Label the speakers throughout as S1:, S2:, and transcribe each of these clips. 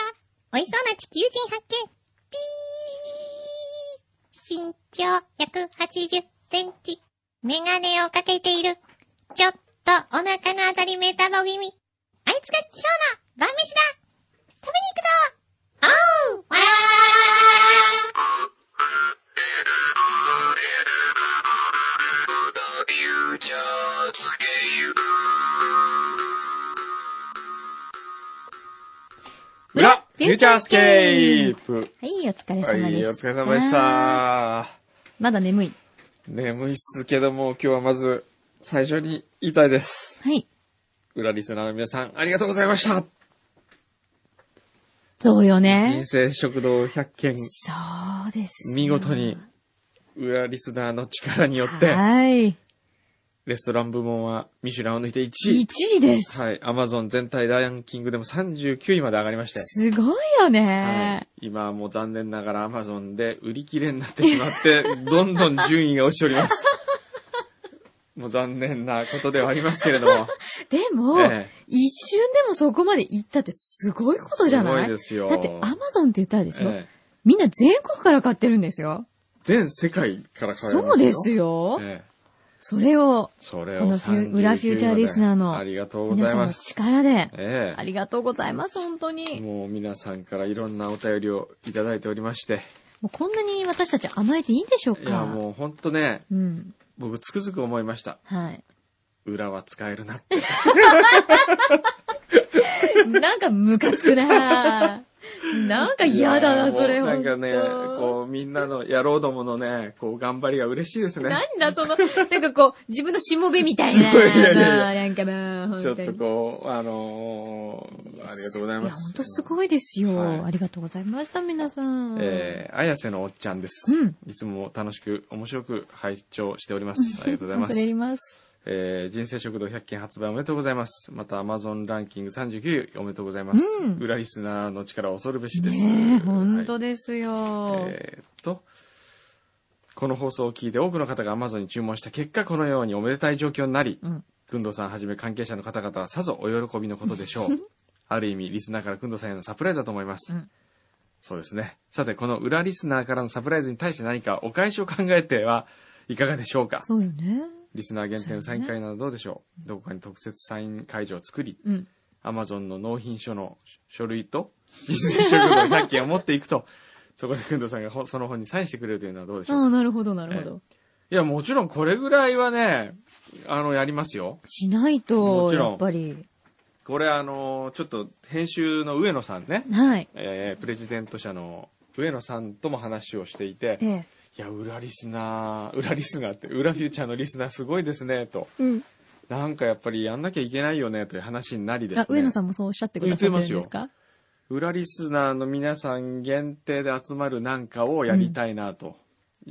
S1: しそうな地球人発見。ピー。身長180センチ。メガネをかけている。ちょっとお腹のあたりメタボ気味。あいつが今日の晩飯だ食べに行くぞおうわー
S2: 裏、フューチャースケープ
S1: はい、お疲れ様でした。
S2: はい、お疲れ様でし。た。
S1: まだ眠い。
S2: 眠いっすけども、今日はまず、最初に言いたいです。
S1: はい。
S2: 裏リスナーの皆さん、ありがとうございました
S1: そうよね
S2: 人。生食堂100件、
S1: そうです。
S2: 見事に、裏リスナーの力によって、
S1: はい。
S2: レストラン部門はミシュランを抜いて1位。
S1: 1位です。
S2: はい、アマゾン全体ランキングでも39位まで上がりまして。
S1: すごいよ
S2: は
S1: ね
S2: い。、今はもう残念ながらアマゾンで売り切れになってしま って、どんどん順位が落ちております。もう残念なことではありますけれども。
S1: でも、
S2: ええ
S1: 一瞬でもそこまで行ったってすごいことじゃない
S2: すごいですよ。
S1: だってアマゾンって言ったらでしょ、
S2: ええ
S1: みんな全国から買ってるんですよ。
S2: 全世界から買えますよ。
S1: そうですよ。
S2: ええ
S1: それを、
S2: それを
S1: このフュ裏フューチャーリスナーの
S2: ありがとうご
S1: 皆
S2: ざい
S1: さん
S2: ま
S1: の
S2: す。
S1: 力で、
S2: え
S1: ありがとうございます、本当
S2: え
S1: に。
S2: もう皆さんからいろんなお便りをいただいておりまして。
S1: もうこんなに私たち甘えていいんでしょう
S2: いや、
S1: か
S2: もうほんとね、
S1: うん。
S2: 僕つくづく思いました。
S1: はい。
S2: 裏は使えるなって。
S1: なんかムカつくななんか嫌だ
S2: いや
S1: な、
S2: ー
S1: それ
S2: もうな
S1: ほ
S2: んん
S1: と
S2: かね、こう、みんなの野郎どものね、こう、頑張りが嬉しいですね。
S1: なんだ、その、なんかこう、自分のしもべみたい な。
S2: いやいやいや
S1: まあなんかまあ、本
S2: ち
S1: 当
S2: ょっ
S1: に。
S2: とこう、あのー、ありがとうござい
S1: いや、
S2: ます。
S1: 本当すごいですよ、
S2: はい
S1: ありがとうございました、皆さん。
S2: えー、綾瀬のおっちゃんです。
S1: うん
S2: いつも楽しく、面白く拝聴しております。ありがとうございま
S1: 恐れ入り
S2: す。
S1: ます。
S2: えー、人生食堂100件発売おめでとうございます。また、アマゾンランキング39位おめでとうございます。
S1: うん
S2: 裏リスナーの力を恐るべしです。
S1: ねえ、本当
S2: はい
S1: ですよ。
S2: えーっと、この放送を聞いて多くの方が Amazon に注文した結果、このようにおめでたい状況になり、
S1: うん。
S2: くんどうさんはじめ関係者の方々はさぞお喜びのことでし ょう。ある意味、リスナーからくんどうさんへのサプライズだと思います。
S1: うん
S2: そうですね。さて、この裏リスナーからのサプライズに対して何かお返しを考えてはいかがでしょうか
S1: そうよね。
S2: リスナー限定のサイン会などどうでしょうどこかに特設サイン会場を作り、
S1: うん。
S2: Amazon の納品書の書類と、人生書類の100件を持っていくと、そこでくんどうさんがほその本にサインしてくれるというのはどうでし
S1: あ
S2: ょう
S1: あ、なるほど、なるほど。
S2: いや、もちろんこれぐらいはね、あの、やりますよ。
S1: しない
S2: も
S1: と、
S2: ちろん
S1: やっぱり。
S2: これあの、ちょっと編集の上野さんね、
S1: はい。
S2: えープレジデント社の上野さんとも話をしていて、
S1: ええ。
S2: いや、裏リスナー、裏リスナーって、裏フューチャーのリスナーすごいですね、と。
S1: うん。
S2: なんかやっぱりやんなきゃいけないよね、という話になりですね。
S1: あ、上野さんもそうおっしゃってくださってるんですか
S2: 裏リスナーの皆さん限定で集まるなんかをやりたいな、と、
S1: うん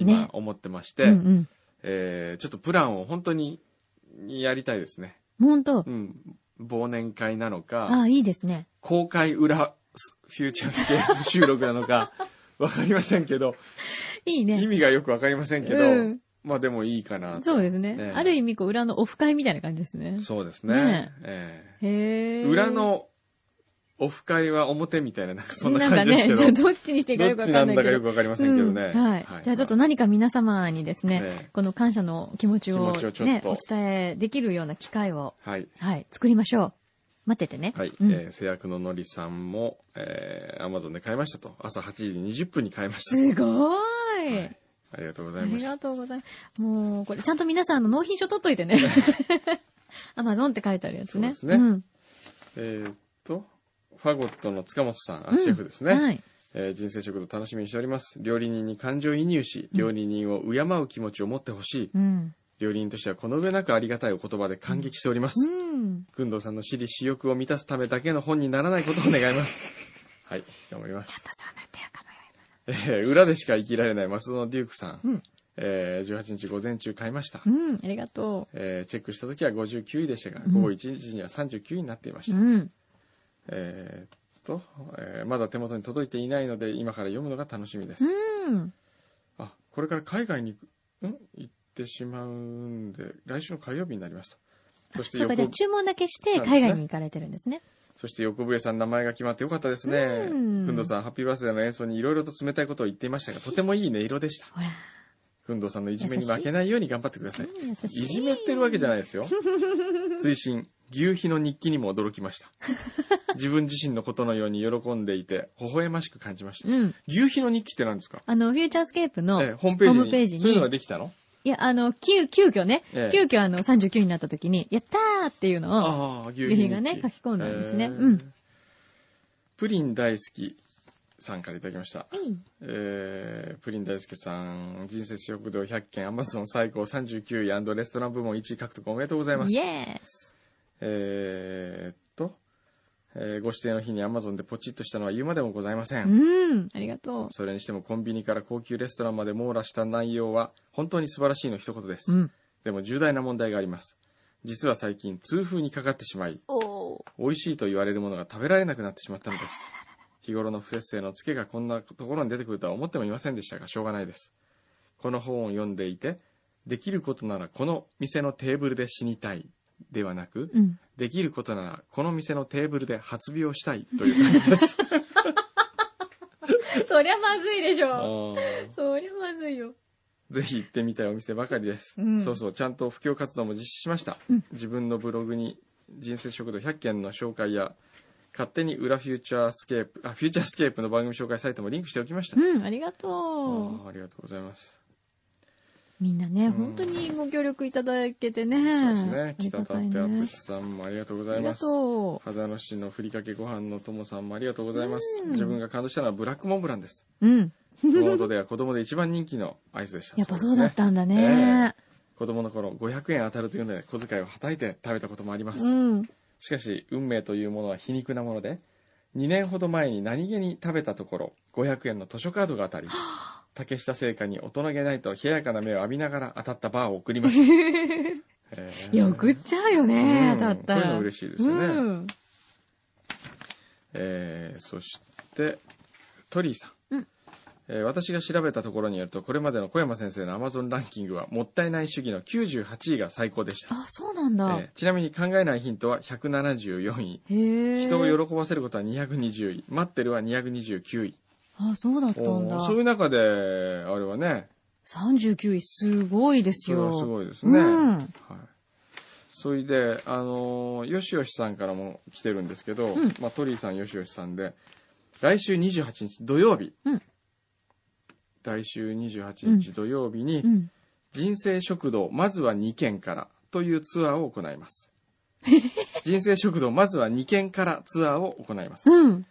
S2: 今
S1: ね
S2: 思ってまし
S1: う
S2: て、
S1: んうん。
S2: えーちょっとプランを本当にやりたいですね。
S1: 本当
S2: う。ん。忘年会なのか、
S1: ああ、いいですね。
S2: 公開裏スフューチャースケープ収録なの か、わかりませんけど、
S1: いい
S2: 意
S1: ね。
S2: 味がよくわかりませんけど、
S1: うん
S2: まあでもいいかなと。
S1: そうですね。
S2: ええ
S1: ある意味、こう、裏のオフ会みたいな感じですね。
S2: そうですね。
S1: ね
S2: ええ
S1: へえ。
S2: 裏のオフ会は表みたいな、なんかそんな
S1: なんか
S2: 感じですけ
S1: ね、
S2: ど。
S1: ちょっとどっちにしていいか
S2: ど
S1: よ
S2: っ
S1: くわ
S2: ちな
S1: か
S2: ん
S1: なんい
S2: だ
S1: け
S2: か
S1: ど
S2: よ。くわかりませんけどね。
S1: うんはい。じゃあちょっと何か皆様にですね、
S2: ええ
S1: この感謝の気持ちを
S2: 気持ちを
S1: ね、
S2: ちょっ
S1: お
S2: と
S1: 伝えできるような機会を、
S2: はい。
S1: はい、作りましょう。待っててね。
S2: はい、
S1: うん
S2: えー製薬ののりさんも、えー、アマゾンで買いましたと。朝8時20分に買いましたと。
S1: すご
S2: はいい。ありがとうござ
S1: あ
S2: いま
S1: り
S2: した。
S1: がとうございます。もう、これ、ちゃんと皆さんあの納品書取っと いてね。アマゾンって書いてあるやつね。
S2: そうですね
S1: ん。
S2: えーっと、ファゴットの塚本さん、
S1: う
S2: あ
S1: ん
S2: シェフですね。
S1: はい。
S2: えー人生食堂楽しみにしております。料理人に感情移入し、料理人を敬う気持ちを持ってほしい。
S1: うん。
S2: 料理人としてはこの上なくありがたいお言葉で感激しておりま
S1: う
S2: す。
S1: ん。
S2: くんどうさんの私利私欲を満たすためだけの本にならないことを願います。 はい、頑張ります。
S1: ちょっとそうなってるかもよ、
S2: えー裏でしか生きられないマスドのデュークさん。
S1: うん
S2: えー18日午前中買いました。
S1: 今。うん、ありがと
S2: えーチェックした時は59位でしたが、
S1: うん
S2: 午後1時には39位になっていまし
S1: う。
S2: た。
S1: うん。
S2: えーっと、えーまだ手元に届いていないので、今から読むのが楽しみです。
S1: うん。
S2: あ、これから海外に行く、ん行ってしまうんで、来週の火曜日になりました。そして
S1: そうか、
S2: 翌
S1: じゃあ注文だけして海外に行かれてるんですね。
S2: そして横笛さん名前が決まってよかったですね。
S1: う
S2: ふ
S1: ん
S2: んどさん、ハッピーバースデーの演奏にいろいろと冷たいことを言っていましたが、とてもいい音色でした。
S1: ほら。
S2: ふんどさんのいじめに負けないように頑張ってください。
S1: うん優しい。
S2: いじめてるわけじゃないです よ。追伸、牛皮の日記にも驚きました。自分自身のことのように喜んでいて、微笑ましく感じました。
S1: うん。
S2: 牛皮の日記って何ですか
S1: あの、フューチャースケープの、
S2: ええホームページ
S1: ホ
S2: に
S1: ームページに
S2: そういうのができたの
S1: いや、あの、急、急遽ね、
S2: ええ
S1: 急遽あの、39になった時に、やったーっていうのを、
S2: ああ、牛
S1: ゆひがね、書き込んだんですね。
S2: えー
S1: うん。
S2: プリン大好きさんからいただきました。
S1: はい
S2: えープリン大好きさん、人生食堂100件、アマゾン最高39位レストラン部門1位獲得おめでとうございます。
S1: イエース。
S2: えーっと、えーご指定の日に Amazon でポチッとしたのは言うまでもございません。
S1: うん、ありがと
S2: それにしてもコンビニから高級レストランまで網羅した内容は本当に素晴らしいの一言です。
S1: う。うん。
S2: でも重大な問題があります。実は最近痛風にかかってしまい、
S1: おー。
S2: 美味しいと言われるものが食べられなくなってしまったのです。日頃の不節制のツケがこんなところに出てくるとは思ってもいませんでしたが、しょうがないです。この本を読んでいて、できることならこの店のテーブルで死にたいではなく、
S1: うん。
S2: できることなら、この店のテーブルで発病したいという感じです。
S1: そりゃまずいでし
S2: あ
S1: ょ。
S2: ー
S1: そりゃまずいよ。
S2: ぜひ行ってみたいお店ばかりです。
S1: うん
S2: そうそう、ちゃんと布教活動も実施しました。
S1: うん
S2: 自分のブログに人生食堂100件の紹介や、勝手に裏フューチャースケープ、あ、フューチャースケープの番組紹介サイトもリンクしておきました。
S1: うん、ありが
S2: あ
S1: と
S2: ーありがとうございます。
S1: う。みんなね、
S2: うん
S1: 本当にご協力いただけて
S2: そう
S1: ね。
S2: ですね。
S1: あり
S2: 北
S1: がたい
S2: 舘
S1: ね
S2: 淳。さんもありがとうござ
S1: あ
S2: い
S1: りが
S2: ます。
S1: と
S2: 風野市のふりかけご飯のともさんもありがとうございます。
S1: うん
S2: 自分が感動したのはブラックモンブランです。
S1: う。うん。
S2: 熊本では子供で一番人気のアイスでした。
S1: やっぱ
S2: で
S1: そ
S2: す
S1: う
S2: ね
S1: だったんだね。
S2: 子供の頃、500円当たるというので小遣いをはたいて食べたこともあります。
S1: うん。
S2: しかし、運命というものは皮肉なもので、2年ほど前に何気に食べたところ、500円の図書カードが当たり、竹下製菓に大人げないと冷やかな目を浴びながら当たったバーを送りま した。えー
S1: いや、送っちゃうよね
S2: う、ん
S1: だったら。
S2: こういうの嬉しいですよね
S1: うん。
S2: えーそして、トリーさん。
S1: うん
S2: えー私が調べたところによると、これまでの小山先生の Amazon ランキングは、もったいない主義の98位が最高でした。
S1: あ、そうなんだ。
S2: えーちなみに考えないヒントは174位。
S1: へえ。
S2: 人を喜ばせることは220位。待ってるは229位。
S1: あ、そうだったん
S2: おーそうい
S1: だ。
S2: う中で、あれはね、
S1: 39位、すごいです
S2: それ
S1: よ。
S2: はすごいですね。
S1: うん
S2: はい。それで、あのーよしよしさんからも来てるんですけど、
S1: うん
S2: まあ、トリーさん、よしよしさんで、来週28日土曜日、
S1: うん
S2: 来週28日土曜日に、
S1: うん。
S2: 人生食堂まずは2軒からというツアーを行い ます。人生食堂まずは2軒からツアーを行います。
S1: うん。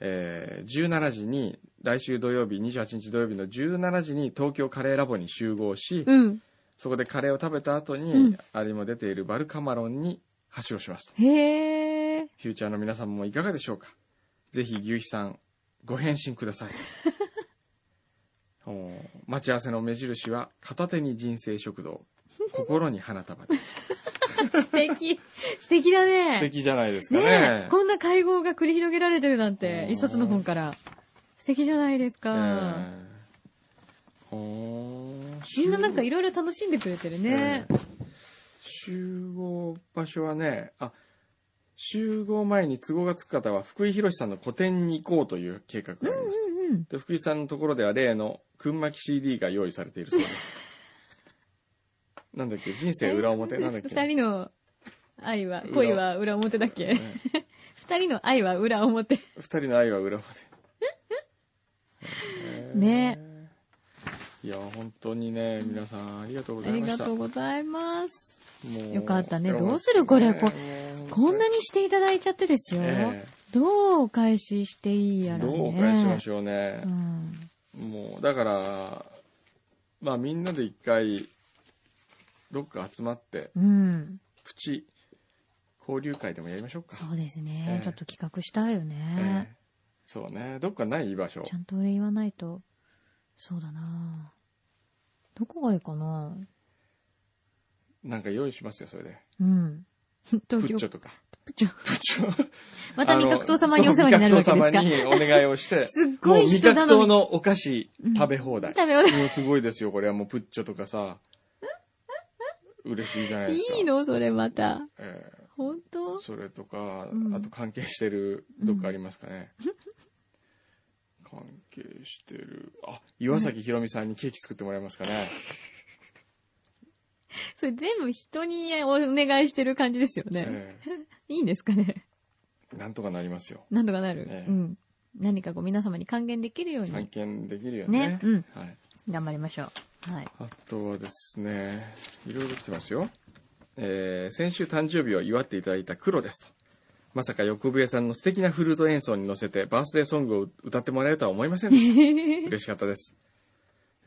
S2: えー17時に、来週土曜日、28日土曜日の17時に東京カレーラボに集合し、
S1: うん。
S2: そこでカレーを食べた後に、
S1: うん
S2: あれも出ているバルカマロンに箸をしますと。
S1: へえ。
S2: フューチャーの皆さんもいかがでしょうかぜひ牛皮さん、ご返信くだ さい。おー待ち合わせの目印は、片手に人生食堂、心に花束です。
S1: 素敵。素敵だね。
S2: 素敵じゃないですかね。
S1: ねえ、こんな会合が繰り広げられてるなんて
S2: う、ん
S1: 一冊の本から。素敵じゃないです
S2: え
S1: か。
S2: ーおー
S1: みんななんかいろいろ楽しんでくれてるね
S2: え。ー集合場所はね、あ、集合前に都合がつく方は、福井博さんの個展に行こうという計画があります。
S1: うんうん。
S2: で福井さんのところでは例の、くんまき CD が用意されているそう です。なんだっけ、人生裏表なんだっけ。
S1: 二人の愛は、
S2: 裏
S1: 恋は裏表だっけ
S2: ね
S1: 二人の愛は裏表。
S2: 二人の愛は裏表。えー
S1: ね。
S2: いや、本当にね、皆さんありがとうご
S1: あ
S2: ざい
S1: り
S2: まし
S1: が
S2: た。
S1: とうございます。
S2: もう
S1: よかったね
S2: よか
S1: どうするこれこ
S2: ね
S1: こんなにしていただいちゃってですよ。
S2: ええ
S1: どうお返ししていいやらね。
S2: どうお返ししま
S1: ょ
S2: しょうね
S1: う。ん。
S2: もう、だから、まあみんなで一回、どっか集まって、
S1: うん。
S2: プチ交流会でもやりましょうか。
S1: そうですね
S2: え。え
S1: ちょっと企画したいよね
S2: え。えそうね。どっかない居場所
S1: ち。ゃんと俺言わないと。そうだなどこがいいかな
S2: なんか用意しますよ、それで。
S1: うん。
S2: プ
S1: 東
S2: ッ
S1: 京
S2: チョとか。
S1: プッチョ
S2: プッチョ。
S1: また味覚糖様にお世話になるわけです
S2: そう
S1: か。
S2: 味覚糖様にお願いをして。
S1: すっご
S2: もう
S1: い人な
S2: 味覚糖
S1: のに。
S2: のお菓子食べ放題。
S1: 食べよう
S2: もうすごいですよ、これはもうプッチョとかさ。嬉しいじゃないですか。
S1: いいのそれまた。
S2: ええ
S1: 本当
S2: それとか、
S1: うん
S2: あと関係してるどっかありますかね、関係してるあ岩崎宏美さんにケーキ作ってもらえますかね、
S1: それ全部人にお願いしてる感じですよね。
S2: え
S1: いいんですかね
S2: えなんとかなりますよ
S1: なんとかなる、
S2: ええ
S1: うん。何かこう皆様に還元できるよう
S2: 体
S1: に
S2: 験できるよ
S1: ね
S2: ね
S1: うん
S2: はい、
S1: 頑張りましょう。はい。
S2: あとはですねいろいろ来てますよ、えー先週誕生日を祝っていただいた黒ですとまさか横笛さんの素敵なフルート演奏に乗せてバースデーソングを歌ってもらえるとは思いませんでした嬉しかったです。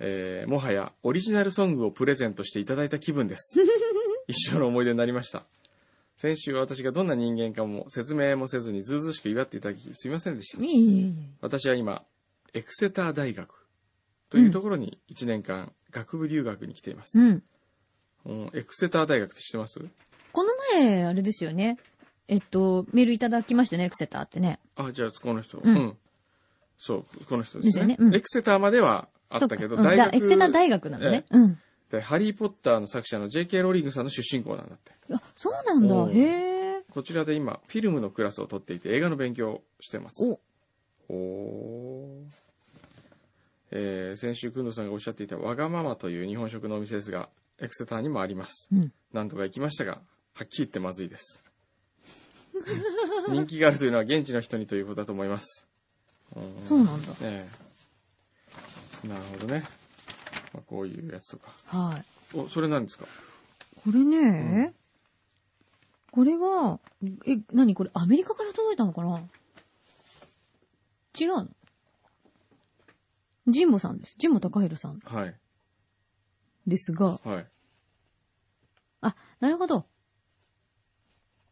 S2: えーもはやオリジナルソングをプレゼントしていただいた気分です。一生の思い出になりました。先週は私がどんな人間かも説明もせずにずうずうしく祝っていただきすいませんでした。
S1: いい
S2: 私は今、エクセター大学というところに1年間学部留学に来ています。
S1: うん。
S2: うんエクセター大学って知ってます
S1: この前、あれですよね。えっと、メールいただきましたね、エクセターってね。
S2: あ、じゃあこの人。
S1: うん
S2: そう、この人ですね。
S1: ですよねうん
S2: エクセターまではあったけど、
S1: そうかうん
S2: 大
S1: じゃあ、
S2: 学
S1: エクセター大学なのね。うん。
S2: でハリー・ポッターの作者の J.K. ローリングさんの出身校なんだって。
S1: あ、そうなんだ。
S2: うん
S1: へえ。
S2: こちらで今、フィルムのクラスを取っていて、映画の勉強をしてます。
S1: お、
S2: おおーえー先週、くんどさんがおっしゃっていた、わがままという日本食のお店ですが、エクセターにもあります。
S1: うん。
S2: 何度か行きましたが、はっきり言ってまずいです。 人気があるというのは現地の人にということだと思います。ん
S1: そうなんだ。
S2: ええなるほどね。まあ、こういうやつとか。
S1: はい。
S2: お、それなんですか
S1: これね、これは、え、何これアメリカから届いたのかな違うのジンボさんです。ジンボ高弘さん
S2: はい。
S1: ですが、
S2: はい。
S1: あ、なるほど。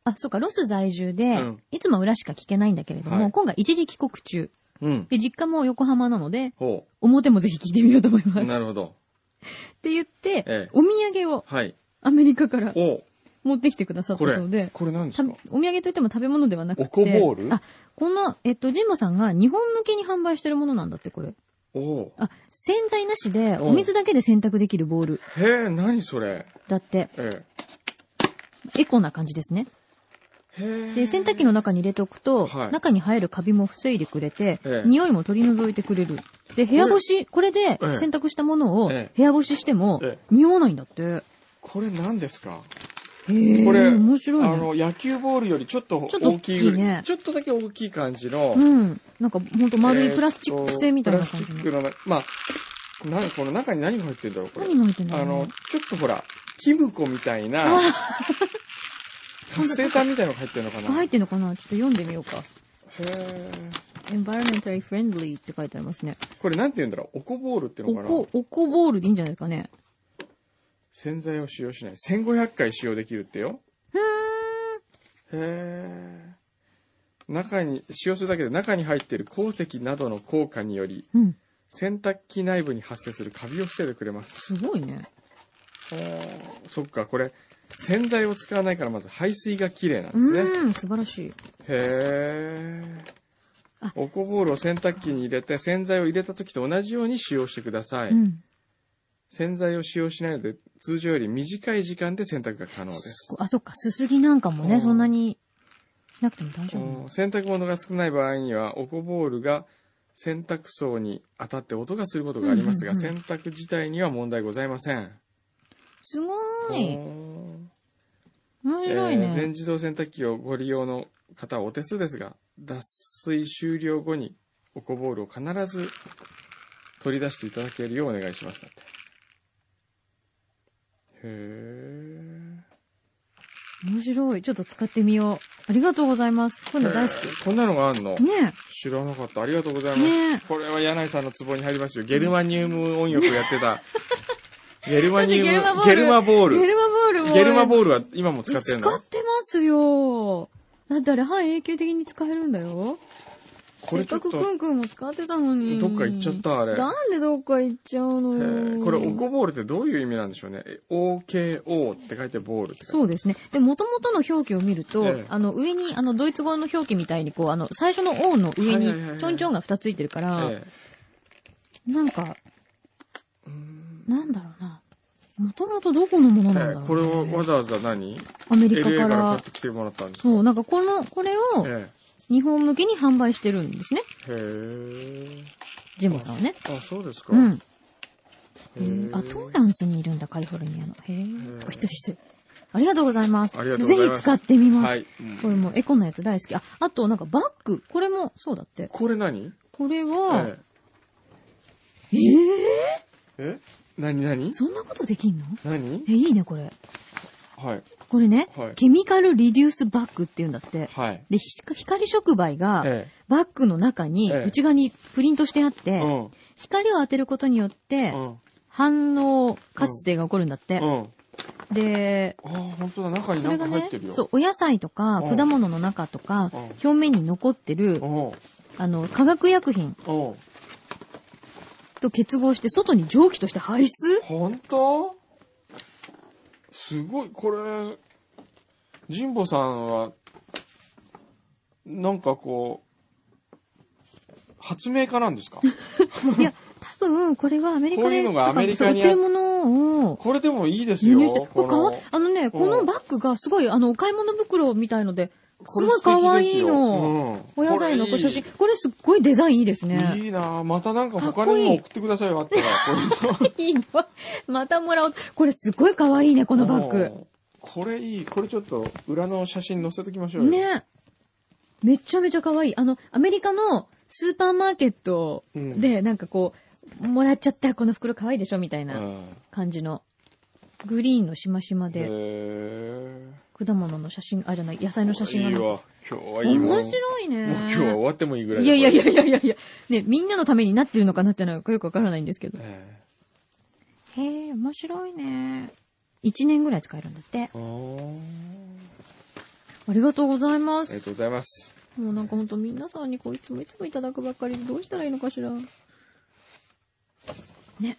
S1: あ、そうか、ロス在住で、
S2: うん
S1: いつも裏しか聞けないんだけれども、
S2: はい
S1: 今回一時帰国中。
S2: うん。
S1: で、実家も横浜なので、
S2: ほ
S1: 表もぜひ聞いてみようと思いま
S2: う。
S1: す。っ
S2: なるほど。
S1: て言って、
S2: ええ
S1: お土産を
S2: はい。
S1: アメリカから
S2: お
S1: 持ってきてくださった
S2: これ
S1: そうで、、
S2: これなんです
S1: た
S2: か
S1: お土産といっても食べ物ではなくて。
S2: オコボール
S1: あ、この、えっと、ジンボさんが日本向けに販売してるものなんだって、これ。
S2: おお
S1: あ、洗剤なしで、
S2: うん
S1: お水だけで洗濯できるボール。
S2: う。へえ、何それ。
S1: だって、
S2: え
S1: エコな感じですね。
S2: え。へえ。
S1: で、洗濯機の中に入れておくと、
S2: はい
S1: 中に入るカビも防いでくれて、
S2: ええ
S1: 匂いも取り除いてくれる。で、部屋干し、これで
S2: ええ
S1: 洗濯したものを
S2: ええ
S1: 部屋干ししても
S2: ええ、
S1: 匂わないんだって。
S2: これ何ですか
S1: へえ、
S2: これ
S1: 面白
S2: あ
S1: いね。
S2: の、野球ボールよりちょっと
S1: ちょっと
S2: 大
S1: 大
S2: き
S1: き
S2: い
S1: い
S2: ぐ
S1: ね
S2: らい。ちょっとだけ大きい感じの
S1: う。ん。なんか、ほんと丸
S2: えー
S1: い
S2: と
S1: プラスチック製みたいな感じ
S2: プラス
S1: の
S2: チ。ックのまあ、なこの中に何が入ってるんだろう、これ
S1: 何。が入ってんだろ
S2: あ
S1: うね
S2: の、ちょっとほら、キムコみたいな、
S1: あ
S2: 活性炭みたいなのが入ってるのかな。
S1: 入
S2: へ
S1: ってんのかなちょっと読んでみようか。
S2: え。
S1: environmentally friendly って書いてありますね。
S2: これなんて言うんだろう、オコボールっていう
S1: お
S2: のかな
S1: こ、。おこボールでいいんじゃないですかね。
S2: 洗剤を使用しない。1500回使用できるってよ。
S1: ふーん。
S2: へえ。中に、使用するだけで中に入っている鉱石などの効果により、
S1: うん。
S2: 洗濯機内部に発生するカビを防いでくれます。
S1: すごいね。
S2: そっか、これ、洗剤を使わないからまず排水が綺麗なん
S1: う
S2: ですね。
S1: ーん、素晴らしい。
S2: へえ
S1: あ。
S2: おこボールを洗濯機に入れて、洗剤を入れた時と同じように使用してください。
S1: うん。
S2: 洗剤を使用しないので、通常より短い時間で洗濯が可能です。
S1: あ、そっか、すすぎなんかも
S2: うん
S1: ね、そんなにしなくても大丈夫な
S2: うん
S1: の。
S2: 洗濯物が少ない場合には、おこボールが洗濯槽に当たって音がすることがありますが、
S1: うんうんうん
S2: 洗濯自体には問題ございません。
S1: すご
S2: う
S1: い。
S2: ん
S1: 面白い
S2: えー全
S1: ね。
S2: 自動洗濯機をご利用の方はお手数ですが、脱水終了後におこボールを必ず取り出していただけるようお願いします。だってへ
S1: 面白い。ちょっと使ってみよう。ありがとうございます。こう
S2: え。
S1: いうの大好
S2: えー。こんなのがあるの
S1: き。ね
S2: 知らなかった。ありがとうござい
S1: え。
S2: ます。
S1: ね
S2: これは柳井さんのツボに入りますよ。ゲルマニウム温浴やってた。ゲルマニウム、
S1: まず
S2: ゲ
S1: ゲ
S2: ル
S1: ル
S2: マ
S1: マ
S2: ボー
S1: え。ゲ
S2: ル。
S1: ルマボールも。
S2: ゲルマボールは今も使ってる
S1: 使
S2: の
S1: ってますよ。だってあれ、半永久的に使えるんだよ。
S2: こ
S1: せ
S2: れ
S1: っ
S2: ちょ
S1: か
S2: っと
S1: く、くんくんも使ってたのに。
S2: どっか行っちゃった、あれ。
S1: なんでどっか行っちゃう
S2: え
S1: の
S2: ーこれ、オコボールってどういう意味なんでしょうね。え OKO って書いてボールって書いて
S1: そうですね。で、元々の表記を見ると、
S2: ええ
S1: あの、上に、あの、ドイツ語の表記みたいに、こう、あの、最初の O の
S2: は
S1: 上
S2: いはいはいはい
S1: に、ちょんちょんが2ついてるから、
S2: ある。え
S1: なんか、
S2: ーうーん
S1: なんだろうな。もともとどこのものなんだろう、
S2: え
S1: ね
S2: えこれをわざわざ何
S1: アメリカ
S2: ?LA
S1: か
S2: から買
S1: ら
S2: っ。てきてもらったんですか
S1: そう、なんかこの、これを
S2: え
S1: 日本向けに販売してるんですね。
S2: えへ
S1: ジンボさんはね。
S2: え。あ、そうですか。
S1: う
S2: へ
S1: ん。
S2: え
S1: あ、トーランスにいるんだ、カリフォルニアの。へ
S2: ん
S1: え。お一人して。ありがとうございます。
S2: ありがとうございます
S1: ぜひ使ってみます。
S2: はい。
S1: これもエコなやつ大好き。あ、あとなんかバッグ。これも、そうだって。
S2: これ何
S1: これは、
S2: え
S1: えー、
S2: え。え何何
S1: そんなことできんの
S2: 何
S1: え、いいね、これ。
S2: はい。
S1: これね、
S2: はい
S1: ケミカルリデュースバッグって言うんだって。
S2: はい。
S1: で、ひ光触媒が、
S2: え
S1: バッグの中に、
S2: ええ
S1: 内側にプリントしてあって、
S2: え。うん。
S1: 光を当てることによって
S2: う、ん。
S1: 反応活性が起こるんだって。
S2: うん。
S1: で、
S2: ああ、本当だ。中に
S1: そ
S2: な
S1: れ
S2: ん
S1: が
S2: か入っ
S1: ね
S2: てる、よ。
S1: そう、お野菜とか、
S2: うん
S1: 果物の中とか
S2: うん、
S1: 表面に残ってる、
S2: おう。
S1: あの、化学薬品
S2: おう。
S1: と結合して、外に蒸気として排出
S2: 本当すごい、これ、ジンボさんは、なんかこう、発明家なんです か
S1: 多分、これはアメリカ
S2: こうい
S1: で、
S2: うのがアメリ
S1: そう
S2: カ
S1: 売
S2: に
S1: っ
S2: あ
S1: てるものを、
S2: これでもいいです
S1: 輸
S2: よ
S1: 入して、。これかわい
S2: の
S1: あのね、このバッグがすごい、あの、お買い物袋みたいので、すごい可愛いの。お
S2: これ
S1: 野
S2: 素敵ですようん
S1: 菜のこう写真。
S2: こ
S1: これすっごいデザインいいです
S2: れいい
S1: ね。
S2: いいなぁまたなんか
S1: か
S2: 他
S1: っこい
S2: に
S1: い
S2: も送ってくださいよ、あったら。これ
S1: いいのまたもらおう。これすごい可愛いね、 このバッグ。
S2: うん これいい。これちょっと、裏の写真載せときましょうよ。。。
S1: ねめちゃめちゃ可愛い。あの、アメリカのスーパーマーケットで、なんかこう、もらっちゃった、この袋可愛いでしょみたいうなん感じの。グリーンのしましま
S2: へ
S1: で、
S2: ー
S1: 果物の写真、あ、じゃない、野菜の写真が
S2: いい
S1: なんか
S2: わ。今日はいいもん。
S1: 面白い
S2: も
S1: ね。
S2: う今日は終わってもいいぐらい
S1: い
S2: だ
S1: やいやいやいやいやいや。ね、みんなのためになってるのかなってのはよくわからないんですけど。
S2: え
S1: へえ、面白いね。一年ぐらい使えるんだって。
S2: え
S1: ありがとうございま
S2: ありが
S1: す。
S2: とうございます。
S1: もうなんかほんと皆さんにこういつもいつもいただくばっかりでどうしたらいいのかしら。ね。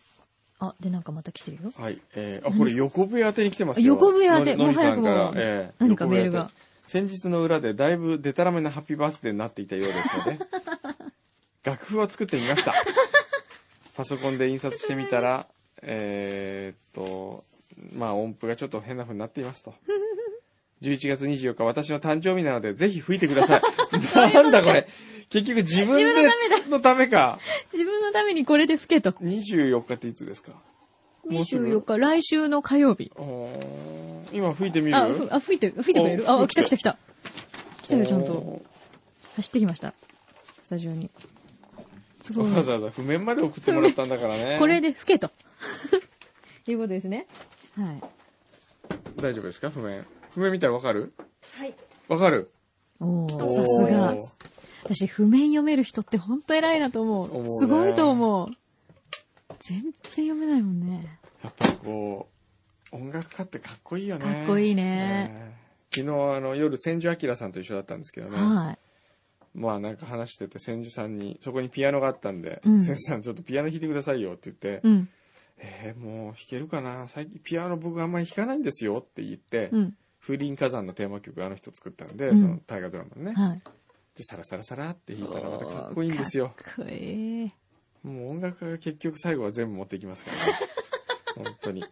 S1: あ、でなんかまた来てるよ。
S2: はい。えーあ、これ横笛宛てに来てますよ。
S1: あ横笛宛て
S2: のり
S1: もう早く
S2: のりさん
S1: も
S2: からえー
S1: 何かメールが
S2: 横笛宛て先日の裏でだいぶデタラメなハッピーバースデーになっていたようですの で、楽譜を作ってみました。パソコンで印刷してみたら、えーっと、まあ音符がちょっと変な風になっていますと。11月24日、私の誕生日なので、ぜひ吹いてください。 なんだこれ。結局自分
S1: 自分のた
S2: でのためか。
S1: 自分のためにこれで吹けと。
S2: 24日っていつですかもうすぐ
S1: 24日、来週の火曜日。
S2: おー今吹いてみる
S1: あ、ふあ吹いて、吹いてくれる
S2: お
S1: あ、来
S2: 吹
S1: た
S2: い
S1: 来
S2: て
S1: た来た。来たよ、ちゃんと。
S2: お
S1: 走ってきました。スタジオに。す
S2: ー
S1: ごい。
S2: わざわざ譜面まで送ってもらったんだからね。
S1: これで吹けと。いうことですね。はい。
S2: 大丈夫ですか譜面。譜面見たらわかるはい。わかる
S1: お
S2: お
S1: ー、
S2: ー
S1: さすが。私、譜面読める人ってほんと偉いなと思う。
S2: 思うね
S1: すごいと思う。全然読めないもんね。
S2: やっぱこう、音楽家ってかっこいいよね。
S1: かっこいいね
S2: ね昨日あの夜、千住明さんと一緒だったんですけどね。
S1: はい。
S2: まあなんか話してて千住さんに、そこにピアノがあったんで、
S1: うん
S2: 千住さんちょっとピアノ弾いてくださいよって言って、
S1: うん。
S2: えー、もう弾けるかな最近ピアノ僕あんまり弾かないんですよって言って、
S1: うん。
S2: 風林火山のテーマ曲あの人作ったんで、
S1: うん
S2: その大河ドラマのね。
S1: はい。
S2: で、サラサラサラって弾いたらまたかっこいいんですよ。
S1: かっこいい。
S2: もう音楽家が結局最後は全部持っていきますからね。本当に。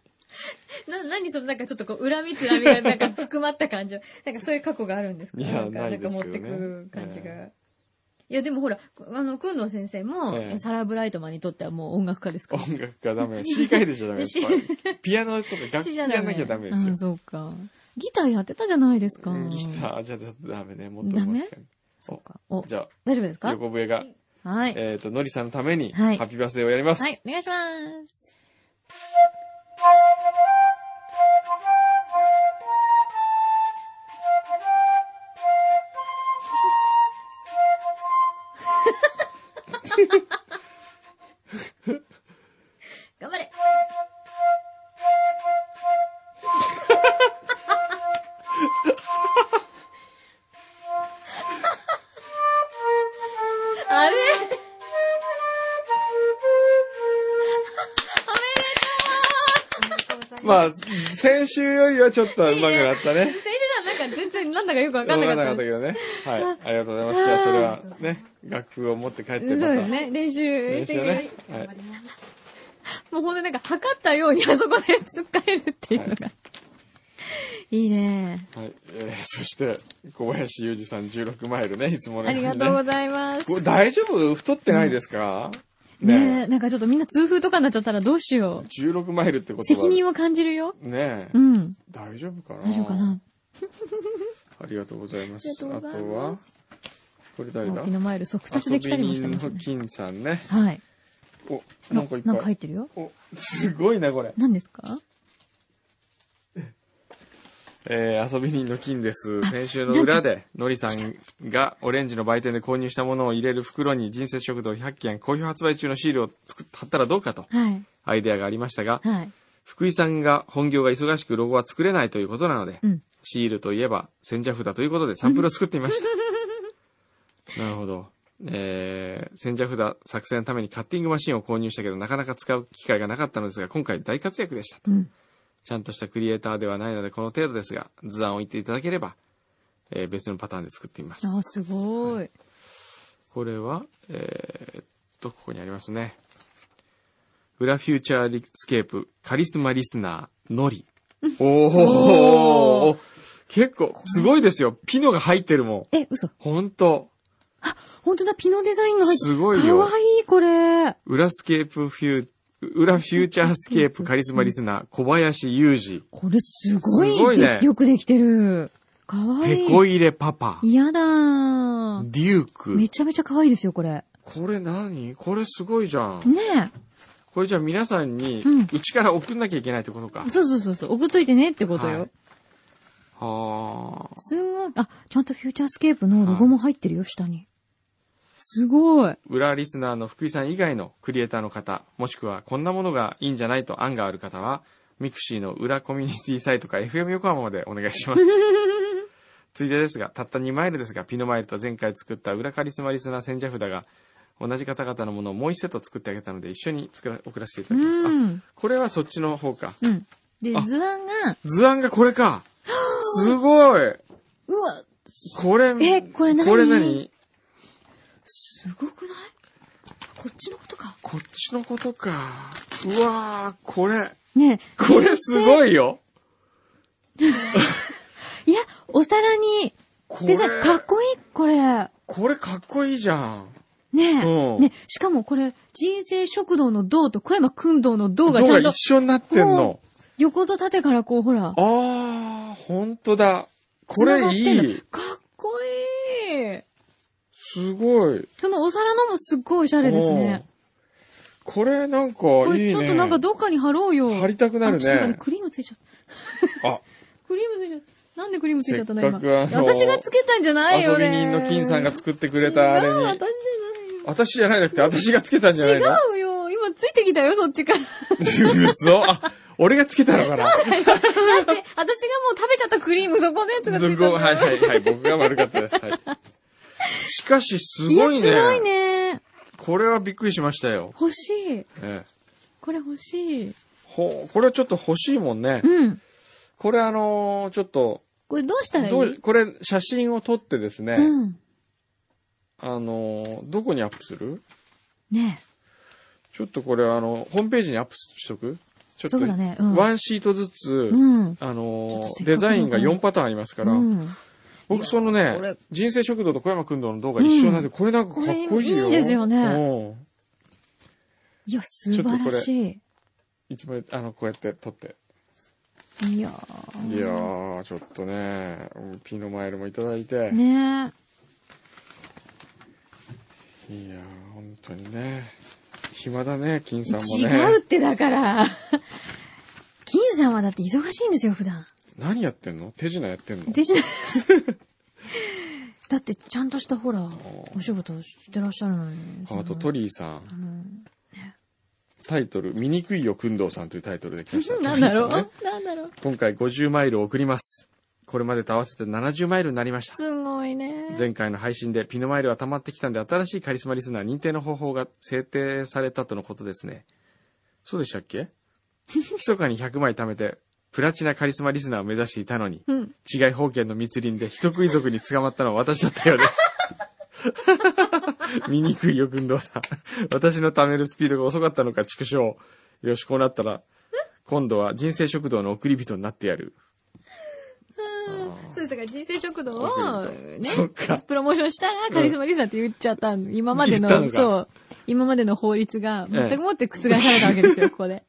S1: な、何その、なんかちょっとこう、恨みつらみが、なんか含まった感じは。 なんかそういう過去があるんです
S2: い
S1: か
S2: や
S1: なんか、
S2: な
S1: ないんか
S2: です
S1: 持っ
S2: けどね
S1: てくる感じが。
S2: え
S1: いや、でもほら、あの、くんの先生も、
S2: ええ
S1: サラ・ブライトマンにとってはもう音楽家ですから。
S2: 音楽家ダメ。C 書いてちゃダ メです。
S1: C
S2: これピアノとか楽器
S1: 私
S2: やんなきゃダメで
S1: じゃダ
S2: す
S1: メ
S2: よ
S1: あ。そうか。ギターやってたじゃないですか。
S2: うんギターじゃダメね。もっと
S1: ダメ
S2: もう一回
S1: そうか。お、
S2: じゃあ、
S1: 大丈夫ですか
S2: 横笛が、
S1: はい。
S2: えっ、と、のりさんのために、
S1: はい
S2: ハッピーバースデーをやります。
S1: はい、お願いします。頑張れあれ
S2: まあ、先週よりはちょっと上手くなったね。
S1: 先週のはなんか全然なんだか よくわ
S2: わか
S1: かん
S2: んな
S1: なか
S2: か
S1: っ
S2: ったた
S1: で
S2: け
S1: す。
S2: どね。はい。ありがとうございます。じゃあ、それはね、楽譜を持って帰って
S1: そう
S2: ま
S1: です
S2: た。
S1: ね。練習
S2: 練
S1: して
S2: 習を
S1: くれ
S2: ね。はい。
S1: もうほんとなんか測ったようにあそこで突っかえるっていうのが。いいね。
S2: はい。えー、 そして、小林裕二さん16マイルね、いつもね。
S1: ありがとうございます。
S2: これ大丈夫太ってないですか、
S1: ねえ、
S2: ね
S1: なんかちょっとみんな痛風とかになっちゃったらどうしよう。
S2: 16マイルってことは。
S1: 責任を感じるよ。
S2: ねえ、
S1: うん。
S2: 大丈夫かな
S1: 大丈夫かな
S2: ありがとうございます。
S1: あり
S2: あ
S1: が
S2: と
S1: とうござい
S2: は
S1: ま、
S2: これ誰だ
S1: 沖のマイル即達
S2: 遊
S1: できた
S2: び
S1: りもして
S2: 人
S1: ます
S2: の
S1: ね。
S2: 金さんね。
S1: はい。
S2: お、な
S1: なん
S2: かいっ
S1: なんか
S2: ぱ
S1: 入っ
S2: い。
S1: てるよ。
S2: お、すごいな、これ。
S1: 何ですか
S2: えー、遊び人の金です。先週の
S1: なんか
S2: 裏で、のりさんがオレンジの売店で購入したものを入れる袋に人生食堂100件好評発売中のシールを作っ貼ったらどうかと
S1: はい。
S2: アイデアがありましたが、
S1: はい。
S2: 福井さんが本業が忙しくロゴは作れないということなので、
S1: うん。
S2: シールといえば千社札ということでサンプルを作ってみました。 なるほど。えー、千社札作成のためにカッティングマシンを購入したけどなかなか使う機会がなかったのですが今回大活躍でしたと。
S1: うん。
S2: ちゃんとしたクリエイターではないのでこの程度ですが図案を言っていただければ、えー別のパターンで作ってみます。
S1: あ、すごい。
S2: これは、えーっと、ここにありますね。裏フューチャーリスケープ、カリスマリスナー、ノリ。お
S1: お
S2: お結構、すごいですよ。ピノが入ってるもん。
S1: え、嘘。
S2: ほんと。
S1: 本当だ、ピノデザインが入って
S2: すごいよ
S1: かわいい、これ。
S2: 裏スケープフュー、裏フューチャースケープカリスマリスナー、小林裕
S1: これすごい
S2: すごいね
S1: でよくできてる。かわ
S2: 二、
S1: い
S2: ペ
S1: い。
S2: コ入れパパ、
S1: 嫌だー。
S2: デューク。
S1: めちゃめちゃかわいいですよ、これ。
S2: これ何これすごいじゃん。
S1: ね
S2: これじゃあ皆さんに
S1: うん、
S2: うちから送んなきゃいけないってことか
S1: え。。そうそうそうそう。送っといてねってことよ。
S2: はいはあ。
S1: すんごい。あ、ちゃんとフューチャースケープのロゴも入ってるよ、下に。す ごい。
S2: 裏リスナーの福井さん以外のクリエイターの方、もしくはこんなものがいいんじゃないと案がある方は、ミクシーの裏コミュニティサイトか FM 横浜までお願いします。ついでですが、たった2マイルですが、ピノマイルと前回作った裏カリスマリスナー千社札が、同じ方々のものをもう一セット作ってあげたので、一緒に作ら送らせていた
S1: う
S2: だきます。あ、
S1: ん。
S2: これはそっちの方か。
S1: うん。で
S2: あ、
S1: 図案が、
S2: 図案がこれ か。すごい。
S1: うわ、
S2: これ、
S1: えこれ何
S2: これ何
S1: すごくないこっちのことか。
S2: こっちのことか。うわー、これ。
S1: ねえ。
S2: これすごいよ。
S1: いや、お皿に、
S2: こ
S1: デ
S2: れ
S1: ザイン、かっこいい、これ。
S2: これかっこいいじゃん。
S1: ねえ。
S2: うん
S1: ねえしかもこれ、人生食堂の堂と小山君堂の堂がちゃん
S2: 像
S1: と、
S2: 一緒になってんの
S1: も。横と縦からこう、ほら、
S2: あー、ほんとだ。こ
S1: 繋がっ
S2: れい
S1: てんの
S2: い。
S1: かっこいい。
S2: すごい。
S1: そのお皿のもすっごいおしゃれです
S2: うん。
S1: ね。
S2: これなんか
S1: こ
S2: いいね。
S1: れちょっとなんかどっかに貼ろうよ。
S2: 貼りたくなる
S1: あちょっと待っ
S2: ね
S1: て。クリームついちゃった。
S2: あ、
S1: クリームついちゃった。なんでクリームついちゃったの
S2: せっ
S1: 今。
S2: かくあのー
S1: 私がつけたんじゃないよ、
S2: 遊び
S1: 俺
S2: 人の金さんが作ってくれたあ
S1: 違う
S2: れ
S1: 私
S2: に
S1: じ。
S2: 私じゃなくて、私がつけたんじゃ
S1: ゃ
S2: ない
S1: ないよ。違うよ。今ついてきたよ、そっ ちから。
S2: の嘘。あ、俺がつけたのかな
S1: だって、私がもう食べちゃったクリーム、そこのやつがついて
S2: 僕はいはいはい、僕が悪かったです。はい。しかし、すごいね。
S1: やすごいね。
S2: これはびっくりしましたよ。
S1: 欲しい。
S2: ええ
S1: これ欲しい。
S2: ほう、これはちょっと欲しいもんね。
S1: うん。
S2: これあのーちょっと、
S1: これどうしたらいい
S2: どうこれ写真を撮ってですね、
S1: うん。
S2: あのーどこにアップする
S1: ね
S2: ちょっとこれあの、ホームページにアップしとくちょっと、
S1: そうだねうん
S2: ワンシートずつ、
S1: うん。
S2: あ
S1: ちょ
S2: の
S1: っと
S2: ー
S1: せっかくの
S2: デザインが4パターンありますから、
S1: うん。
S2: 僕その
S1: こ
S2: ね
S1: れ、
S2: 人生食堂と小山くんどの動画一緒なんで、これなんかかっこいいよ。
S1: これいいですよね
S2: うん
S1: いや、素晴らし
S2: 一枚、あの、こうやって撮って。
S1: い。いやー
S2: いやー、ちょっとね、うんピノマイルもいただいて、
S1: ね
S2: いやー、本当にね、暇だね、金さんも
S1: 違
S2: ね。
S1: うってだから。 金さんはだって忙しいんですよ、普段。
S2: 何やってんの手品やってんの
S1: で しだって、ちゃんとしたほら、お仕事してらっしゃるのに。
S2: あと
S1: と
S2: トリーさ
S1: あ
S2: ん、
S1: の、。
S2: タイトル、醜いよ、くんどうさんというタイトルで来ました
S1: なんだろ
S2: トリーさんね
S1: うなんだろう
S2: 今回50マイルを送ります。これまでと合わせて70マイルになりました。
S1: すごいね。
S2: 前回の配信でピノマイルは溜まってきたんで、新しいカリスマリスナー認定の方法が制定されたとのことですね。そうでしたっけ密かに100枚貯めて、プラチナカリスマリスナーを目指していたのに、
S1: うん。
S2: 違い保険の密林で人食い族に捕まったのは私だったようです。 醜いよ、軍道さん。私の貯めるスピードが遅かったのか、畜生。よし、こうなったら、今度は人生食堂の送り人になってやる。
S1: そうですだから人生食堂
S2: 送
S1: を
S2: り人
S1: ね
S2: そっか、
S1: プロモーションしたらカリスマリサって言っちゃったん今まで
S2: 言ったの
S1: の、
S2: か
S1: そう、今までの法律が
S2: ええ
S1: 全くもって覆されたわけですよ、ここ で。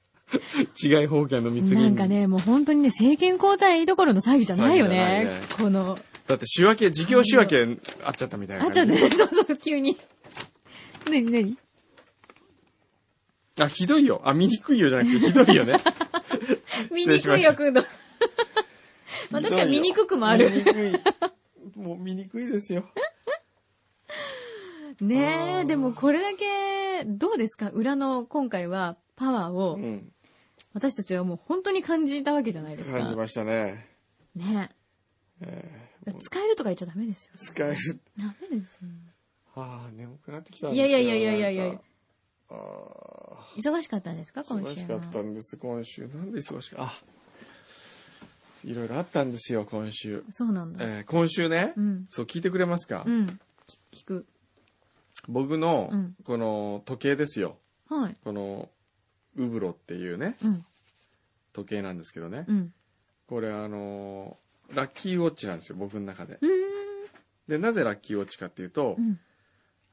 S2: 違い方言の密
S1: な
S2: 林
S1: んかね、もう本当にね、政権交代どころの騒ぎじゃないよね。
S2: 騒ぎじゃないね
S1: この、
S2: だって仕分け、事業仕分けあっちゃったみたいな
S1: あ
S2: 感
S1: ち
S2: じ。
S1: ょっとね、 そうそう、急に。なになに
S2: あ、ひどいよ。あ、見にくいよじゃなくて、ひどいよ ね。
S1: 見
S2: 礼
S1: に
S2: しま
S1: くい
S2: した
S1: よ、 くんど。まあ確かに見にくくもある。
S2: 見にくい。もう見にくいですよ。
S1: ね
S2: あ
S1: え、
S2: ー
S1: でもこれだけ、どうですか裏の今回はパワー
S2: う
S1: を
S2: ん。
S1: 私たちはもう本当に感じたわけじゃないですか。
S2: 感じましたね。
S1: ね
S2: え
S1: え。使えるとか言っちゃダメですよ
S2: ー。使える。
S1: ダメですよ。
S2: ああ、眠くなってきたん
S1: い
S2: です
S1: や
S2: け
S1: い
S2: ど
S1: やいやいやいやい
S2: な
S1: や
S2: んか。ああ。
S1: 忙しかったんですか今週は
S2: 忙しかったんです、今週。なんで忙しかあ、いろいろあったんですよ、今週。
S1: そうなんだ。
S2: えー今週ね、
S1: うん。
S2: そう、聞いてくれますか、
S1: うん。き聞く。
S2: 僕の
S1: うん、
S2: この時計ですよ。
S1: はい。
S2: この、ウブロっていうね、
S1: うん。
S2: 時計なんですけどね。
S1: うん。
S2: これあのーラッキーウォッチなんですよ、僕の中で
S1: う。ーん。
S2: で、なぜラッキーウォッチかっていうと
S1: う、ん。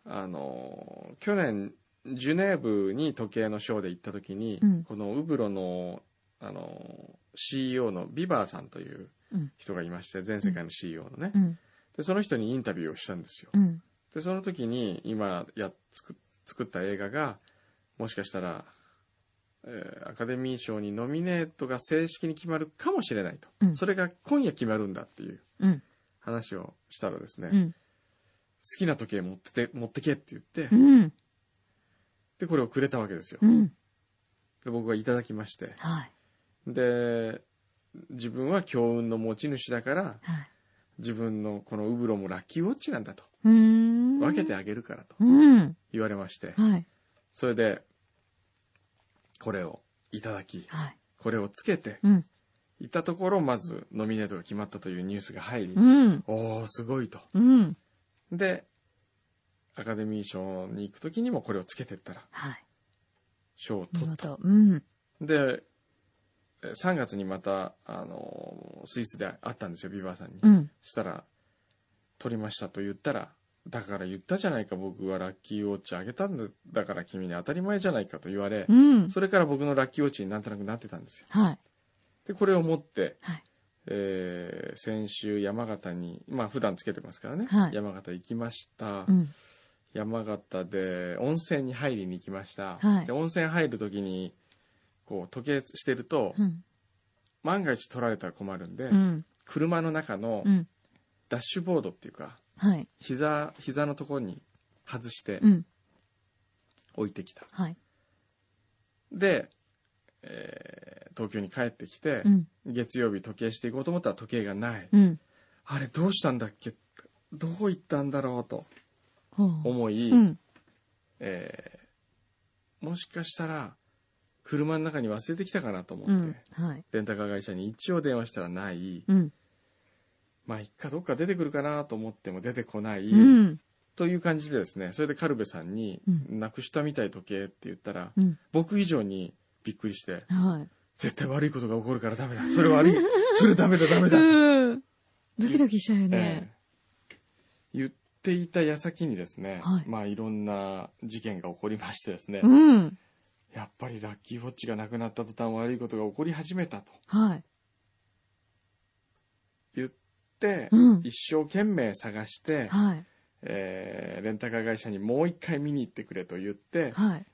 S2: あのー去年、ジュネーブに時計のショーで行った時に、
S1: うん
S2: このウブロの、あのー CEO のビバーさんという
S1: うん
S2: 人がいまして、全世界の CEO のね、
S1: うん。
S2: で、その人にインタビューをしたんですよ。
S1: うん。
S2: で、その時に今や作作った映画が、もしかしたら、えーアカデミー賞にノミネートが正式に決まるかもしれないと。
S1: うん
S2: それが今夜決まるんだっていう
S1: うん。
S2: 話をしたらですね、
S1: う
S2: 好
S1: ん。
S2: きな時計持ってて、持ってけって言って、
S1: うん。
S2: で、これをくれたわけですよ
S1: う。ん。
S2: で僕がいただきまして。
S1: はい。
S2: で、自分は強運の持ち主だから、
S1: はい。
S2: 自分のこのウブロもラッキーウォッチなんだと。
S1: うーん。
S2: 分けてあげるからと
S1: うん。
S2: 言われまして、
S1: はい。
S2: それで、これをいただき、
S1: はい。
S2: これをつけて、
S1: うん。
S2: いたところ、まずノミネートが決まったというニュースが入り
S1: う、ん。
S2: おー、すごいと。
S1: うん。
S2: で、アカデミー賞に行く時にもこれをつけてったら、
S1: はい。
S2: 賞を
S1: 見
S2: 取っ
S1: 事。うん。
S2: で、え3月にまた、あの、スイスで会ったんですよ、ビバーさんに。
S1: うん。
S2: したら、取りましたと言ったら、だから言ったじゃないか、僕はラッキーウォッチあげたんだ、だから君に当たり前じゃないかと言われ
S1: う、ん。
S2: それから僕のラッキーウォッチになんとなくなってたんですよ。
S1: はい。
S2: で、これを持って、
S1: はい
S2: えー先週山形に、まあ普段つけてますからね、
S1: はい
S2: 山形行きました。
S1: うん。
S2: 山形で温泉に入りに行きました。
S1: はい
S2: で温泉入るときに、こう時計してると、
S1: うん。
S2: 万が一取られたら困るんで、
S1: うん。
S2: 車の中の
S1: うん。
S2: ダッシュボードっていうか、
S1: はい。
S2: 膝、膝のところに外して
S1: うん。
S2: 置いてきた。
S1: はい。
S2: で、えー東京に帰ってきて、
S1: うん。
S2: 月曜日時計していこうと思ったら時計がない。
S1: うん。
S2: あれどうしたんだっけどこ行ったんだろうと
S1: ほう。
S2: 思い、
S1: うん。
S2: えーもしかしたら車の中に忘れてきたかなと思って、
S1: うん。はい。
S2: レンタカー会社に一応電話したらない、
S1: うん。
S2: まあ一回どっか出てくるかなと思っても出てこない、
S1: うん。
S2: という感じでですね、それでカルベさんに、
S1: う
S2: なくしたみたい時計って言ったら、
S1: うん。
S2: 僕以上にびっくりして、
S1: はい。
S2: 絶対悪いことが起こるからダメだ。それ悪い。それダメだ、ダメだ。
S1: うん。ドキドキしちゃうよ
S2: え
S1: ね。
S2: え言っていた矢先にですね、
S1: はい
S2: まあいろんな事件が起こりましてですね、
S1: うん。
S2: やっぱりラッキーウォッチがなくなった途端悪いことが起こり始めたと
S1: はい。
S2: 言って、
S1: うん
S2: 一生懸命探して、
S1: はい。
S2: えーレンタカー会社にもう一回見に行ってくれと言って、
S1: はい。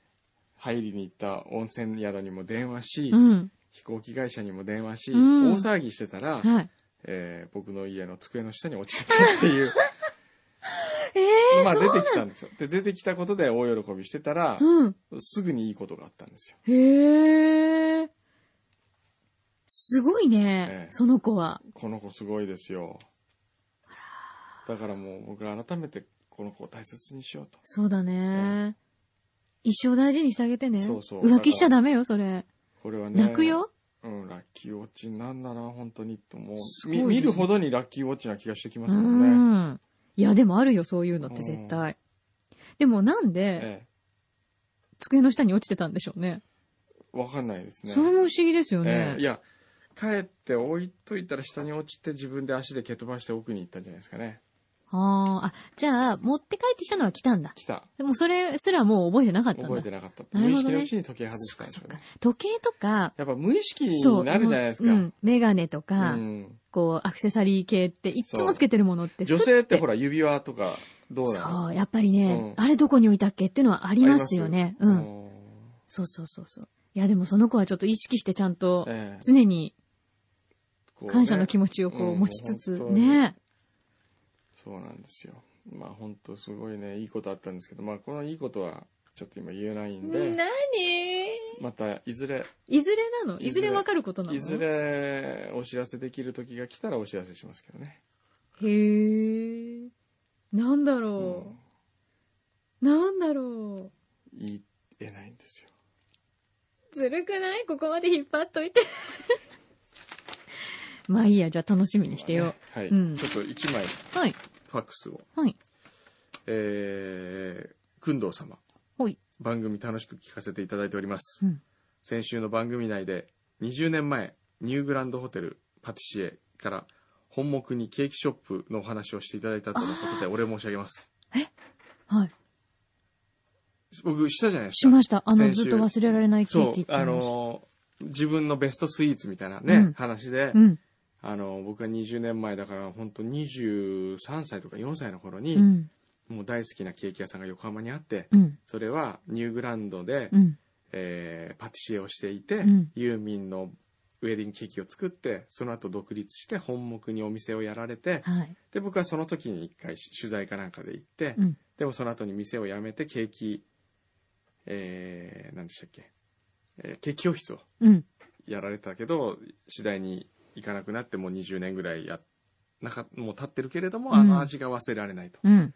S2: 入りに行った温泉宿にも電話し、
S1: うん。
S2: 飛行機会社にも電話し、
S1: うん
S2: 大騒ぎしてたら、
S1: はい。
S2: えー僕の家の机の下に落ちてたっていう。
S1: え
S2: まあ出てきたんですよ。で、出てきたことで大喜びしてたら
S1: ー、うん。
S2: すぐにいいことがあったんですよ。
S1: へえ。すごい
S2: え
S1: ね
S2: え、
S1: その子は。
S2: この子すごいですよ。だからもう僕は改めてこの子を大切にしようと。
S1: そうだね。一生大事にしてあげてね。
S2: そうそう
S1: 浮気しちゃダメよ、それ。
S2: これはね。
S1: 泣くよ。
S2: うん、ラッキーウォッチなんだな、本当にと思う。
S1: すごい
S2: み
S1: ですね
S2: 見るほどにラッキーウォッチな気がしてきま
S1: う
S2: すもんね。
S1: ん。いや、でもあるよ、そういうのって絶対。でもなんで、
S2: ええ
S1: 机の下に落ちてたんでしょうね。
S2: わかんないですね。
S1: それも不思議ですよね
S2: え。えいや、帰って置いといたら下に落ちて自分で足で蹴飛ばして奥に行ったんじゃないですかね。
S1: ああ、あ、じゃあ、持って帰ってきたのは来たんだ。
S2: 来た。
S1: でもそれすらもう覚えてなかったんだ。
S2: 覚えてなかったって。
S1: な
S2: 無
S1: る
S2: 意
S1: ほど
S2: 識
S1: ね
S2: のうちに時計外し
S1: そった
S2: ん
S1: か
S2: です
S1: そ
S2: よ
S1: っか
S2: ね。。
S1: 時計とか、
S2: やっぱ無意識
S1: そう。
S2: になるじゃないですか。
S1: う。
S2: うん
S1: メガネとか、
S2: ん。
S1: こう、アクセサリー系って、いつもつけてるものって。
S2: 女性ってほら指輪とかどうなの
S1: そう、やっぱりね、
S2: う
S1: あれどこに置いたっけっていうのはありますよね。う。
S2: うんん。
S1: そうそうそうそう。いや、でもその子はちょっと意識してちゃんと、
S2: ええ
S1: 常に
S2: こうね
S1: 感謝の気持ちをこ
S2: う
S1: う、
S2: ん
S1: 持ちつつ、
S2: もう本当に
S1: ね。
S2: そうなんですよ。まあ本当すごいね、いいことあったんですけど、まあこのいいことはちょっと今言えないんで、
S1: 何
S2: またいずれ、
S1: いずれなのい
S2: い
S1: ず
S2: ずれ
S1: れわかることなの
S2: いずれお知らせできる時が来たらお知らせしますけどね。
S1: へえ。なんだろ
S2: うん
S1: う。なんだろ
S2: 言えないんですよ。
S1: う。ずるくないここまで引っ張っといて。 まあいいや、じゃあ楽しみにしてよ。
S2: はい。
S1: うん
S2: ちょっと一枚
S1: はい。
S2: ファックスを。
S1: はい。
S2: えー、くんどう様。
S1: ほい。
S2: 番組楽しく聞かせていただいております。
S1: うん
S2: 先週の番組内で20年前ニューグランドホテルパティシエから本目にケーキショップのお話をしていただいたとのことでお礼申し上げます。
S1: はい。
S2: 僕したじゃないですか。
S1: しました。あの、
S2: 先
S1: ず
S2: 週
S1: っと忘れられないケ
S2: そ
S1: ー
S2: う
S1: キっ、てい
S2: あ
S1: うの
S2: のー自分のベストスイーツみたいなね、
S1: うん
S2: 話で、
S1: うん。
S2: あのー僕は20年前だから本当23歳とか4歳の頃に、
S1: うん。
S2: もう大好きなケーキ屋さんが横浜にあって、
S1: うん。
S2: それはニューグランドで、
S1: うん。
S2: えーパティシエをしていて、
S1: ん
S2: ユーミンのウェディングケーキを作ってその後独立して本目にお店をやられて
S1: はい。
S2: で僕はその時に一回し取材かなんかで行って、
S1: うん。
S2: でもその後に店を辞めてケーキ、えー、何でしたっけ、えーケーキ教室を
S1: うん。
S2: やられたけど次第に行かなくなってもう20年ぐらいやなかもう経ってるけれども、あ
S1: うん
S2: の味が忘れられないと
S1: うん。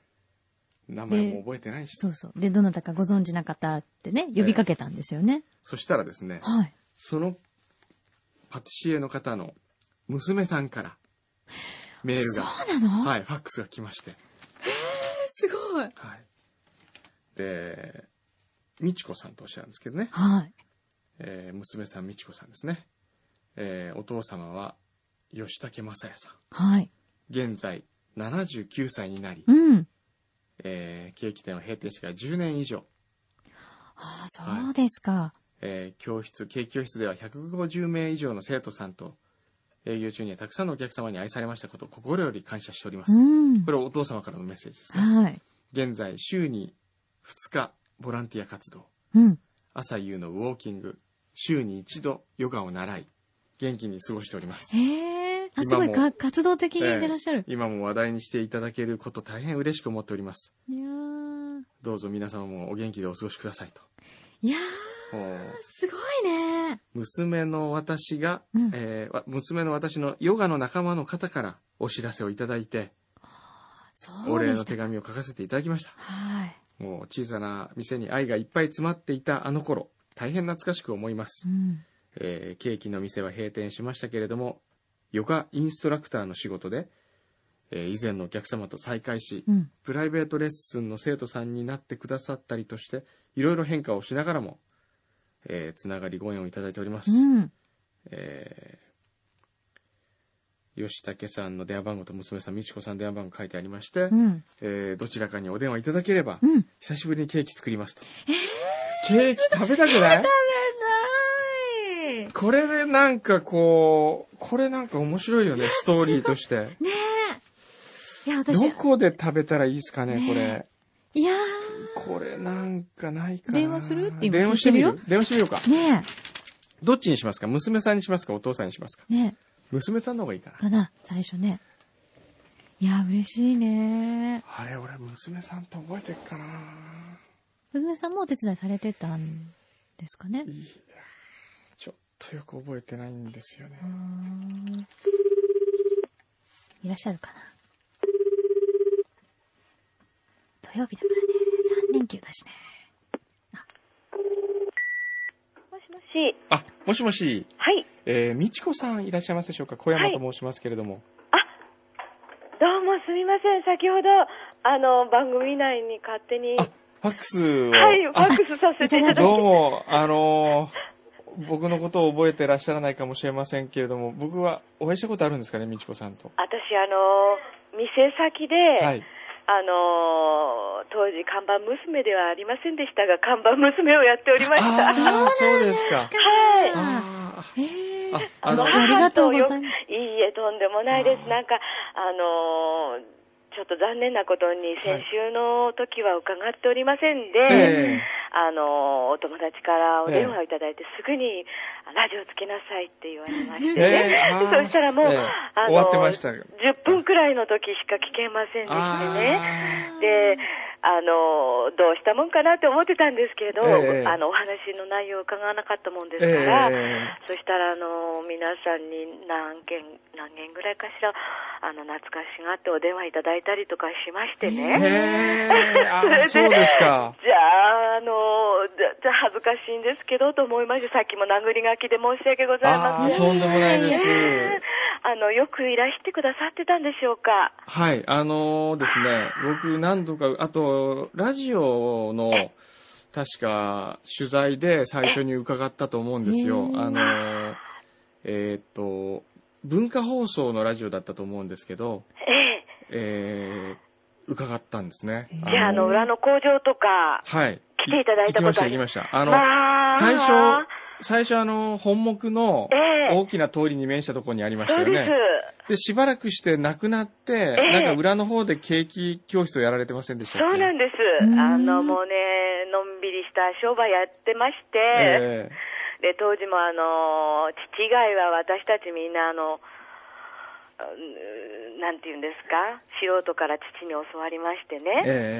S2: 名前も覚えてないしそ
S1: そうそう。で、どなたかご存知な方ってね、呼びかけたんですよね。
S2: したらですね、
S1: はい。
S2: そのパティシエの方の娘さんからメール
S1: そ
S2: が、
S1: うなの、
S2: はい、ファックスが来まして、
S1: すごい。
S2: はい、で、みちこさんとおっしゃるんですけどね、
S1: はい。
S2: えー娘さんみちこさんですね、えーお父様は吉武正也さん、
S1: はい。
S2: 現在79歳になり、
S1: うん。
S2: えーケーキ店を閉店してから10年以上、
S1: ああ、そうですか。
S2: えー教室、ケーキ教室では150名以上の生徒さんと、営業中にはたくさんのお客様に愛されましたことを心より感謝しております。
S1: うん
S2: こ。れお父様からのメッセージですね。
S1: はい。
S2: 現在、週に2日、ボランティア活動。
S1: うん。
S2: 朝夕のウォーキング。週に一度、ヨガを習い。元気に過ごしております。
S1: へえ。あ、す
S2: 今も
S1: ごいか、活動的にやってらっしゃる。
S2: 今も話題にしていただけること大変嬉しく思っております。
S1: いやー。
S2: どうぞ皆様もお元気でお過ごしくださいと。
S1: いやー、
S2: おー
S1: すごいね。
S2: 娘の私が、
S1: うん
S2: えーわ娘の私のヨガの仲間の方からお知らせをいただいて、
S1: そ
S2: お
S1: う
S2: 礼
S1: で
S2: の
S1: し
S2: 手
S1: た。
S2: 紙を書かせていただきました。
S1: はい。
S2: もう小さな店に愛がいっぱい詰まっていたあの頃、大変懐かしく思います
S1: う。ん。
S2: えーケーキの店は閉店しましたけれども、ヨガインストラクターの仕事で、えー以前のお客様と再会し、
S1: うん。
S2: プライベートレッスンの生徒さんになってくださったりとして、いろいろ変化をしながらも、えーつながりご縁をいただいております。
S1: うん。
S2: えー吉武さんの電話番号と娘さん、美智子さんの電話番号書いてありまして、
S1: うん。
S2: えーどちらかにお電話いただければ、
S1: うん。
S2: 久しぶりにケーキ作りますと。ケーキ食べたくない
S1: ない。
S2: これでなんかこう、これなんか面白いよね、ストーリーとして。
S1: ねえ。いや、私、
S2: ど
S1: い
S2: こで食べたらいいですかね、こ
S1: ね
S2: れ。
S1: や
S2: これなんかないかな。
S1: 電話するって今
S2: 電話してみ
S1: 聞い
S2: る電話してみようか。
S1: ー。ね
S2: どっちにしますか娘さんにしますかお父さんにしますか
S1: え。ね
S2: 娘さんの方がいいか
S1: え。
S2: な。
S1: かな、最初ね。いやー、嬉しいね。
S2: あれ、俺娘さんと覚えてるかな
S1: 娘さんもお手伝いされてたんですかね
S2: い。や、ちょっとよく覚えてないんですよね。
S1: いらっしゃるかな土曜日だからね、3連休だしね。
S3: もしもし。
S2: あ、もしもし、
S3: はい。
S2: えー、みちこさんいらっしゃいますでしょうか小山と申しますけれども。
S3: どうもすみません。先ほど、あの、番組内に勝手に、
S2: あ、ファックスを。
S3: はい、フ
S2: あ
S3: ァックスさせていただき、
S2: どうも、あのー僕のことを覚えてらっしゃらないかもしれませんけれども、僕はお会いしたことあるんですかね、みちこさんと。
S3: 私、あの、店先で、
S2: はい。
S3: あの、当時、看板娘ではありませんでしたが、看板娘をやっておりました。
S2: ああ、そうですか。
S3: はい。
S2: あ
S1: へえ
S2: ー。あ、
S1: あ
S2: あの
S1: の、、ありがとうございます。
S3: いいえ、とんでもないで
S2: あ
S3: す。
S2: ー
S3: なんか、あのーちょっと残念なこと
S2: は
S3: に、
S2: い
S3: 先週の時は伺っておりませんで、
S2: ええ
S3: あのーお友達からお電話をいただいて、すぐに、あラジオつけなさいって言われまし
S2: え
S3: て ね。
S2: えあー
S3: そしたらもう、
S2: ええ
S3: あのー
S2: 終わってましたよ。
S3: 10分くらいの時しか聞けませんでしてね。
S2: あ
S3: で、あのーどうしたもんかなって思ってたんですけど、
S2: ええ
S3: あの、お話の内容を伺わなかったもんです
S2: ー
S3: から、
S2: え
S3: そしたら、あの、皆さんに何件、何件ぐらいかしら、あの、懐かしがってお電話いただいたりとかしまして
S2: えへ
S3: ね。
S2: えあーそうです か。
S3: じゃあ、あの、じゃじゃ恥ずかしいんですけど、と思いまして、さっきも殴り書きで申し訳ございま
S2: あ
S3: せん。
S2: あ、とんでもないです。
S3: あの、よくいらしてくださってたんでしょうか。
S2: はい、あのーですね、僕何度か、あと、ラジオの、確か、取材で最初に伺ったと思うんですよ
S1: え。ー
S2: あのーえーっと、文化放送のラジオだったと思うんですけど、
S3: ええ。
S2: えー、伺ったんですね。
S3: じゃあ、あの、裏の工場とか、
S2: はい。
S3: 来ていただいたことあ
S2: 行
S3: り
S2: きました、行きました。あの、
S3: まあ、
S2: 最初、最初あの、本目の
S3: ええ
S2: 大きな通りに面したところにありました
S3: そ
S2: よ
S3: うで
S2: ね
S3: す。。
S2: で、しばらくしてなくなって、
S3: え
S2: なんか裏の方でケーキ教室をやられてませんでしたっけ
S3: そうなんです
S1: うん。
S3: あの、もうね、のんびりした商売やってまして、
S2: え
S3: で、当時もあの、父以外は私たちみんなあの、うんなんて言うんですか、素人から父に教わりまして
S2: え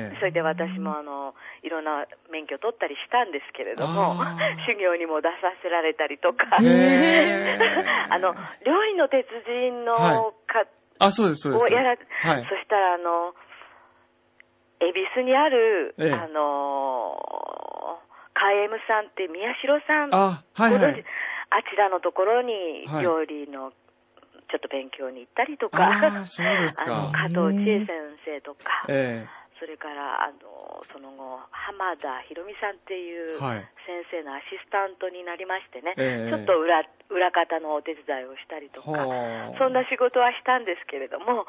S3: ね、
S2: え
S3: それで私もあの、いろんな免許取ったりしたんですけれども
S2: あー、
S3: 修行にも出させられたりとか
S2: え、
S1: へ
S3: あの、料理の鉄人
S2: は
S3: のか、
S2: あ、そうです、そうです。
S3: をやら、
S2: はい
S3: そしたらあの、恵比寿にある、
S2: ええ
S3: あのー、カエムさんって宮代さん、
S2: あ、はい
S3: ご
S2: は
S3: 存知
S2: い。
S3: あちらのところに
S2: はい
S3: 料理のちょっと勉強に行ったりとか、
S2: ああ、そうです
S3: あの
S2: か。
S3: 加藤千恵先生とか、
S2: え
S3: それからあのその後、浜田ひろみさんってい
S2: え
S3: う
S2: は
S3: 先
S2: い。
S3: 生のアシスタントになりましてね、
S2: ええ
S3: ちょっと裏裏方のお手伝いをしたりとか、
S2: はあ
S3: そんな仕事はしたんですけれども、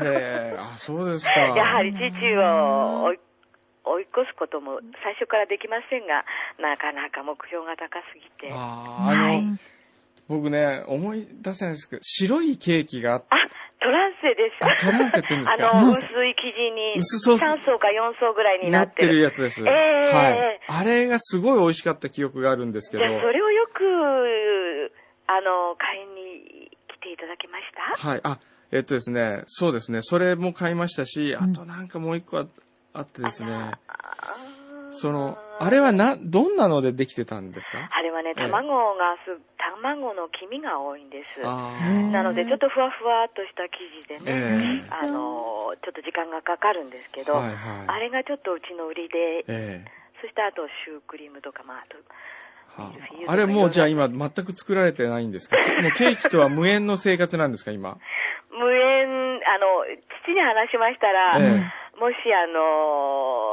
S2: へえ、あ、そうですか。
S3: やはり父を追い追い越すことも最初からできませんが、なかなか目標が高すぎて。
S2: ああ、あの、
S1: はい
S2: 僕ね、思い出せないですけど、白いケーキがあっ
S3: あ、トランセです。
S2: あトランセって言うんですか
S3: あの、
S1: トランセ
S3: 薄い生地に、
S2: 薄そう
S3: 3層か4層ぐらいに
S2: な
S3: な
S2: っ
S3: ってて
S2: る
S3: る。
S2: やつです。
S3: ええ
S2: はい。あれがすごい美味しかった記憶があるんですけ
S3: じ
S2: ど。
S3: ゃあ、それをよく、あの、買いに来ていただきました
S2: はい。あ、えっとですね、そうですね、それも買いましたし、あ
S1: ん
S2: となんかもう一個ああってですね、
S3: あー
S2: その、あれはな、どんなのでできてたんですか
S3: あれはね、
S2: ええ
S3: 卵がす、卵の黄身が多いんです。
S2: あ
S1: ー
S2: あ、
S3: なので、ちょっとふわふわっとした生地でね、
S2: ええ
S3: あの、ちょっと時間がかかるんですけど、
S2: はいはい。
S3: あれがちょっとうちの売りで、
S2: ええ
S3: そしてあとシュークリームとか、まあ、あと、
S2: は
S3: ミルフィーユと
S2: あ、
S3: か
S2: あれもうじゃあ今全く作られてないんですかもうケーキとは無縁の生活なんですか今。
S3: 無縁、あの、父に話しましたら、
S2: え
S3: もし、あの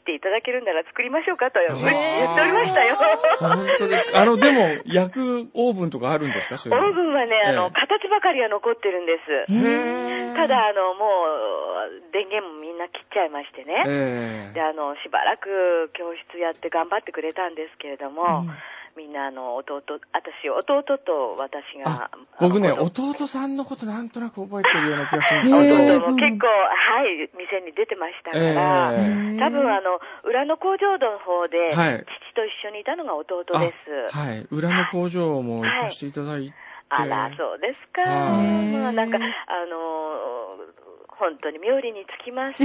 S3: 来ていただけるんなら作りましょうかと言っておりましたよ。
S2: 本当ですかあの、でも、焼くオーブンとかあるんですか
S3: オ ー
S2: そういうの
S3: ブンはね、あ
S2: ええ
S3: の、形ばかりは残ってるんです。
S1: へ
S3: ただ、あの、もう、電源もみんな切っちゃいましてね。
S2: ええ
S3: で、あの、しばらく教室やって頑張ってくれたんですけれども、みんな、あの、弟、私、弟と私
S2: あ
S3: が、
S2: 僕ね、
S3: あの
S2: 弟さんのことなんとなく覚えてるような気がするんで
S1: へ
S2: す
S3: 弟
S2: けど。
S1: え
S3: も結構、はい、店に出てましたから、
S2: え
S3: 多分あの裏の工場の方
S2: はい
S3: で、父と一緒にいたのが弟
S2: あ
S3: です。
S2: はい。裏の工場も行かせていただいて。
S3: あら、そうですか。
S2: はい
S3: まあなんか、あのー本当に冥利につ きます。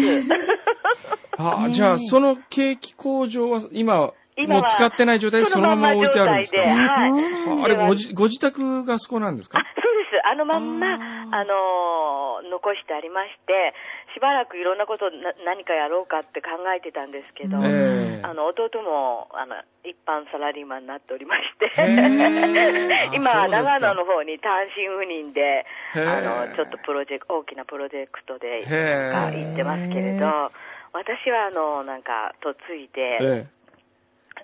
S2: あ
S1: ねえ
S2: じゃあ、そのケーキ工場は今、
S3: 今
S2: もう
S3: は
S2: 使ってない状態でそのまま置いてあるんですか
S3: そのまんま状態で
S1: あ、
S3: はい
S1: そうなん
S2: あ
S1: だ。
S2: あれごじ、ご自宅がそこなんです
S3: あ
S2: か、
S3: そうです。あのまんま、
S2: あ
S3: あ
S2: ー
S3: のー残してありまして、しばらくいろんなことな何かやろうかって考えてたんですけど、
S1: あうん
S2: ええ
S3: あの 弟もあの一般サラリーマンになっておりまして
S2: へー、あ そう
S3: 今、
S2: ですか
S3: 長野の方に単身赴任で、
S2: へー
S3: あのちょっとプロジェク大きなプロジェクト
S2: へ
S3: で
S2: ー
S3: なんか行ってますけれど、私はあのなんか嫁いで、
S2: え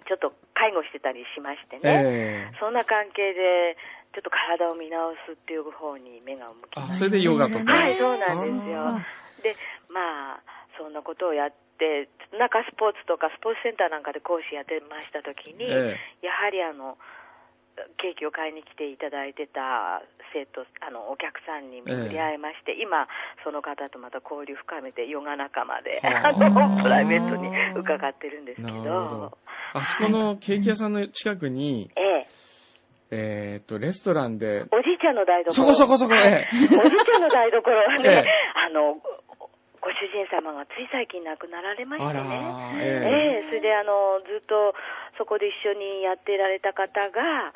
S3: ちょっと介護してたりしましてね、
S2: ええ
S3: そんな関係で、ちょっと体を見直すっていう方に目が向き
S2: あそれでヨガとか
S3: はいそうなんですよ
S1: あ
S3: で、まあ、そんなことをやって、なんかスポーツとかスポーツセンターなんかで講師やってましたときに、
S2: え
S3: やはりあの、ケーキを買いに来ていただいてた生徒、あの、お客さんに巡り合いまして、今、その方とまた交流深めて、ヨガ仲間で、
S2: はあ
S3: あの、プライベートに伺ってるんですけど、
S2: なるほどあそこのケーキ屋さんの近くに、
S3: ええ、
S2: えーっと、レストランで、
S3: おじいちゃんの台所。
S2: そこそこそこ、ええ
S3: おじいちゃんの台所はね、
S2: ええ
S3: あの、ご主人様がつい最近亡くなられまし
S2: あ
S3: て
S2: ら
S3: ね。
S2: ー、え
S3: ええそれであの、ずっとそこで一緒にやってられた方が、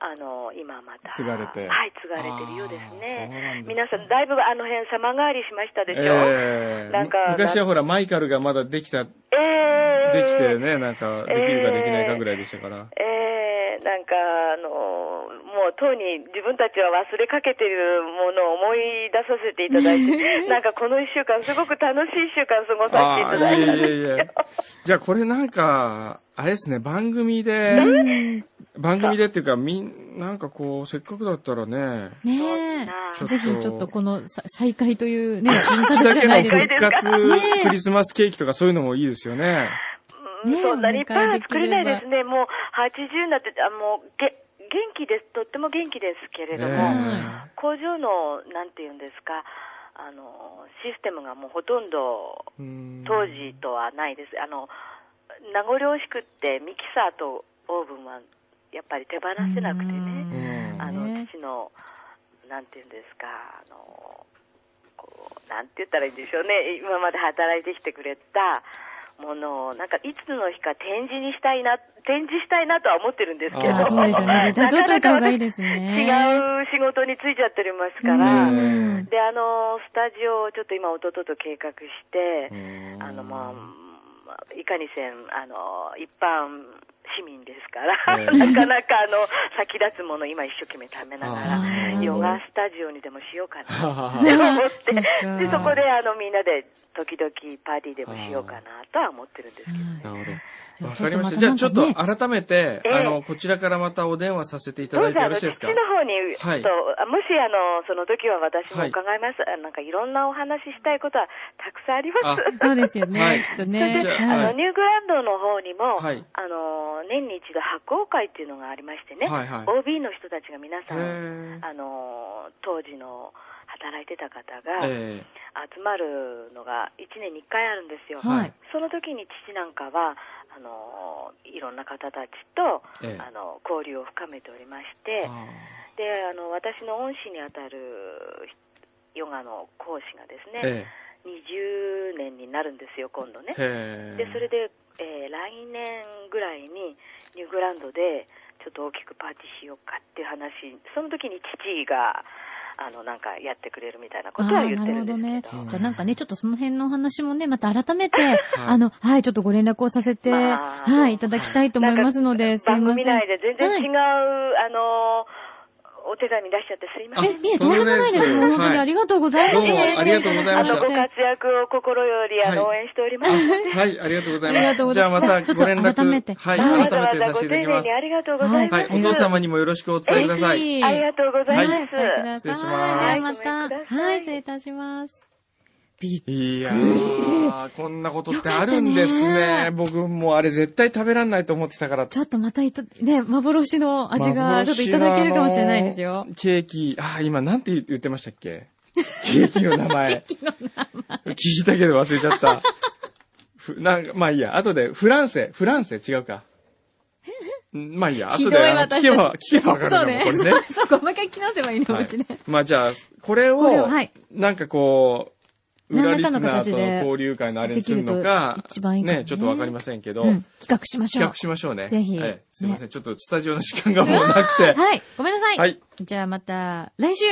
S3: あの、今また。
S2: 継がれて
S3: はい、継がれてるようです
S2: あーそうなん
S3: ね
S2: で。すね
S3: 皆さん、だいぶあの辺様変わりしましたで
S2: え
S3: しょ。
S2: ええ
S3: なんか
S2: 昔はほら、マイカルがまだできた、で
S3: ええ
S2: きてね、なんか、できるかできないかぐらいでしたから。
S3: えー、なんか、あのーもうとうに自分たちは忘れかけてるものを思い出させていただ いて、なんかこの一週間、すごく楽しい一週間過ごさせてい
S2: あ
S3: ただ
S2: あ、
S3: い
S2: い
S3: た
S2: や
S3: ん
S2: い
S3: で
S2: や
S3: す。
S2: いや。じゃあこれなんか、あれですね、番組で、番組でっていうか、みん、なんかこう、せっかくだったらね、
S1: ねえ。
S2: ちょっと
S1: ぜひちょっとこのさ再会というね、
S2: 一日だけの
S1: です
S2: 復活
S1: ねえ
S2: クリスマスケーキとかそういうのもいいですよね。
S3: うん
S1: ねえ
S3: そんなにいっぱいは
S1: お願いでき
S3: 作
S1: れば
S3: れないですね。もう80になって、あもうげ元気です。とっても元気ですけれども、
S2: ね
S3: 工場の、なんていうんですか、あの、システムがもうほとんど
S2: えうん
S3: 当時とはないです、あの名残惜しくって、ミキサーとオーブンはやっぱり手放せなくてね、
S2: うん
S3: あの父の、なんていうんですか、あのこうなんて言ったらいいんでしょうね、今まで働いてきてくれたものを、なんかいつの日か展示にしたいな、展示したいなとは思ってるんですけど、
S1: ああ、そうですよね。 絶対取っといた方がいいですね。
S3: 違う仕事に就いちゃってますか
S2: う
S3: ら、
S2: ん
S3: であのスタジオをちょっと今、弟と計画して、
S2: うん
S3: あのまあまあ、いかにせんあの一般市民ですから、
S2: ええ
S3: なかなかあの先立つもの今一生懸命ためな
S2: あ
S3: が
S1: ー
S3: らヨガスタジオにでもしようか
S2: は
S3: な
S2: は
S3: って
S2: は
S3: 思っ
S1: そ
S3: て
S1: っか
S3: でそこであのみんなで時々パーティーでもしようかなとは思ってるんですけど。
S2: なるほど。
S1: はい
S2: わかりました。じゃあちょっと
S1: ね
S2: 改めて、あ
S3: ええ
S2: の、こちらからまたお電話させていた
S3: ど
S2: だい
S3: うぞ
S2: てよろ
S3: あの
S2: しい
S3: 父
S2: ですか
S3: の方に、
S2: はい
S3: とあもしあのその時は私も
S2: はい
S3: 伺います、あなんかいろんなお話ししたいことはたくさんありま
S2: あ
S3: す。
S1: そうですよね、
S2: はい
S1: きっとね。
S2: じゃあ
S1: はい
S2: は
S3: あのニューグランドの方にも、
S2: はい
S3: あの年に一度発行会っていうのがありましてね、
S2: はいはい
S3: OB の人たちが皆さ
S2: へ
S3: ん、
S2: え
S3: あの当時の働いてた方が
S2: え
S3: 集まるのが1年に1回あるんですよ、
S1: はい
S3: その時に父なんかはあのいろんな方たちと、
S2: ええ
S3: あの交流を深めておりまし
S2: え
S3: て、
S2: あ
S3: であの私の恩師にあたるヨガの講師がです
S2: ー
S3: ね、
S2: え
S3: 20年になるんですよ、今度ね
S2: え。へえ
S3: でそれで、えー来年ぐらいにニューグランドでちょっと大きくパーティーしようかっていう話その時に父があのなんかやってくれるみたいなことは言ってるんです
S1: あーなる
S3: け
S1: ほ
S3: ど
S2: どね
S1: じゃあなんかね、ちょっとその辺のお話もね、また改めて、あの、はい、ちょっとご連絡をさせて、
S3: まあ
S1: はい、いただきたいと思いますので、すい
S3: 番
S1: ませ
S3: 組
S1: ん。
S3: 内で全然違う、
S1: は
S3: あのお手紙出しちゃってすいま
S2: あ
S3: せ
S1: え、
S3: ん。
S1: いえ、とんでもないです。
S2: とんでもないです
S1: もう本当にありがとうございます。
S2: どう もありがとうござい
S3: あ
S2: まし
S3: の
S2: た
S3: ご活躍を心よりあの、
S2: は
S3: 応援しております。
S2: あはい、ありがとうございます。
S1: ありがとうございます
S2: じゃあまたご連
S1: ちょっと
S2: 絡。
S1: 改めて
S2: はい、
S1: は
S3: わ
S1: い
S3: ざ
S2: 改
S3: わ
S2: めて
S3: ざ
S2: さ
S3: ご
S2: せていただき
S3: 丁寧
S2: ま
S3: にあり
S2: す。
S3: がとうございます。
S2: はい、お父様にもよろしくお伝えください。
S1: ぜひ
S3: ありがとうござ
S1: はいい、
S3: ま
S1: 伝え
S3: す。
S1: てくだ
S2: 失礼し
S1: さ
S2: ま
S1: い。
S2: す
S1: ではまた、はい、失礼いたします。び
S2: いやー、こんなことってあるんです
S1: よかっ
S2: ね
S1: たね。
S2: 僕もうあれ絶対食べらんないと思ってたから。
S1: ちょっとまたいた、ね、幻の味が、ちょっといただけるかもしれないですよ。
S2: ケーキ、あー、今なんて言ってましたっけケーキの名 前。ケーキの名前。聞いたけど忘れちゃった。ふなんか、まあいいや、後で、フランセ、フランセ違うか。んまあいいや、
S1: ひど
S2: 後
S1: い
S2: で、あの聞
S1: 私
S2: けば、聞けばわかる
S1: そう
S2: かも、
S1: ね
S2: これ。ね。
S1: そうそうか、もう一回聞き直せばいいの、
S2: は
S1: うちで。
S2: い、まあじゃあ、これを、
S1: これをはい
S2: なんかこう、裏
S1: 何
S2: リ
S1: ら
S2: ス
S1: かの
S2: ナー
S1: 形
S2: と
S1: で
S2: の交流会のあれにするの
S1: で
S2: か
S1: きると一、番いいかもね
S2: ね、ちょっとわかりませんけど、
S1: うん、企画しましょ
S2: 企
S1: う。
S2: 画しましょうね。
S1: ぜひ
S2: はいすいません、
S1: ね
S2: ちょっとスタジオの時間がもうなくて。
S1: はい、ごめんなさい。
S2: はい
S1: じゃあまた、来週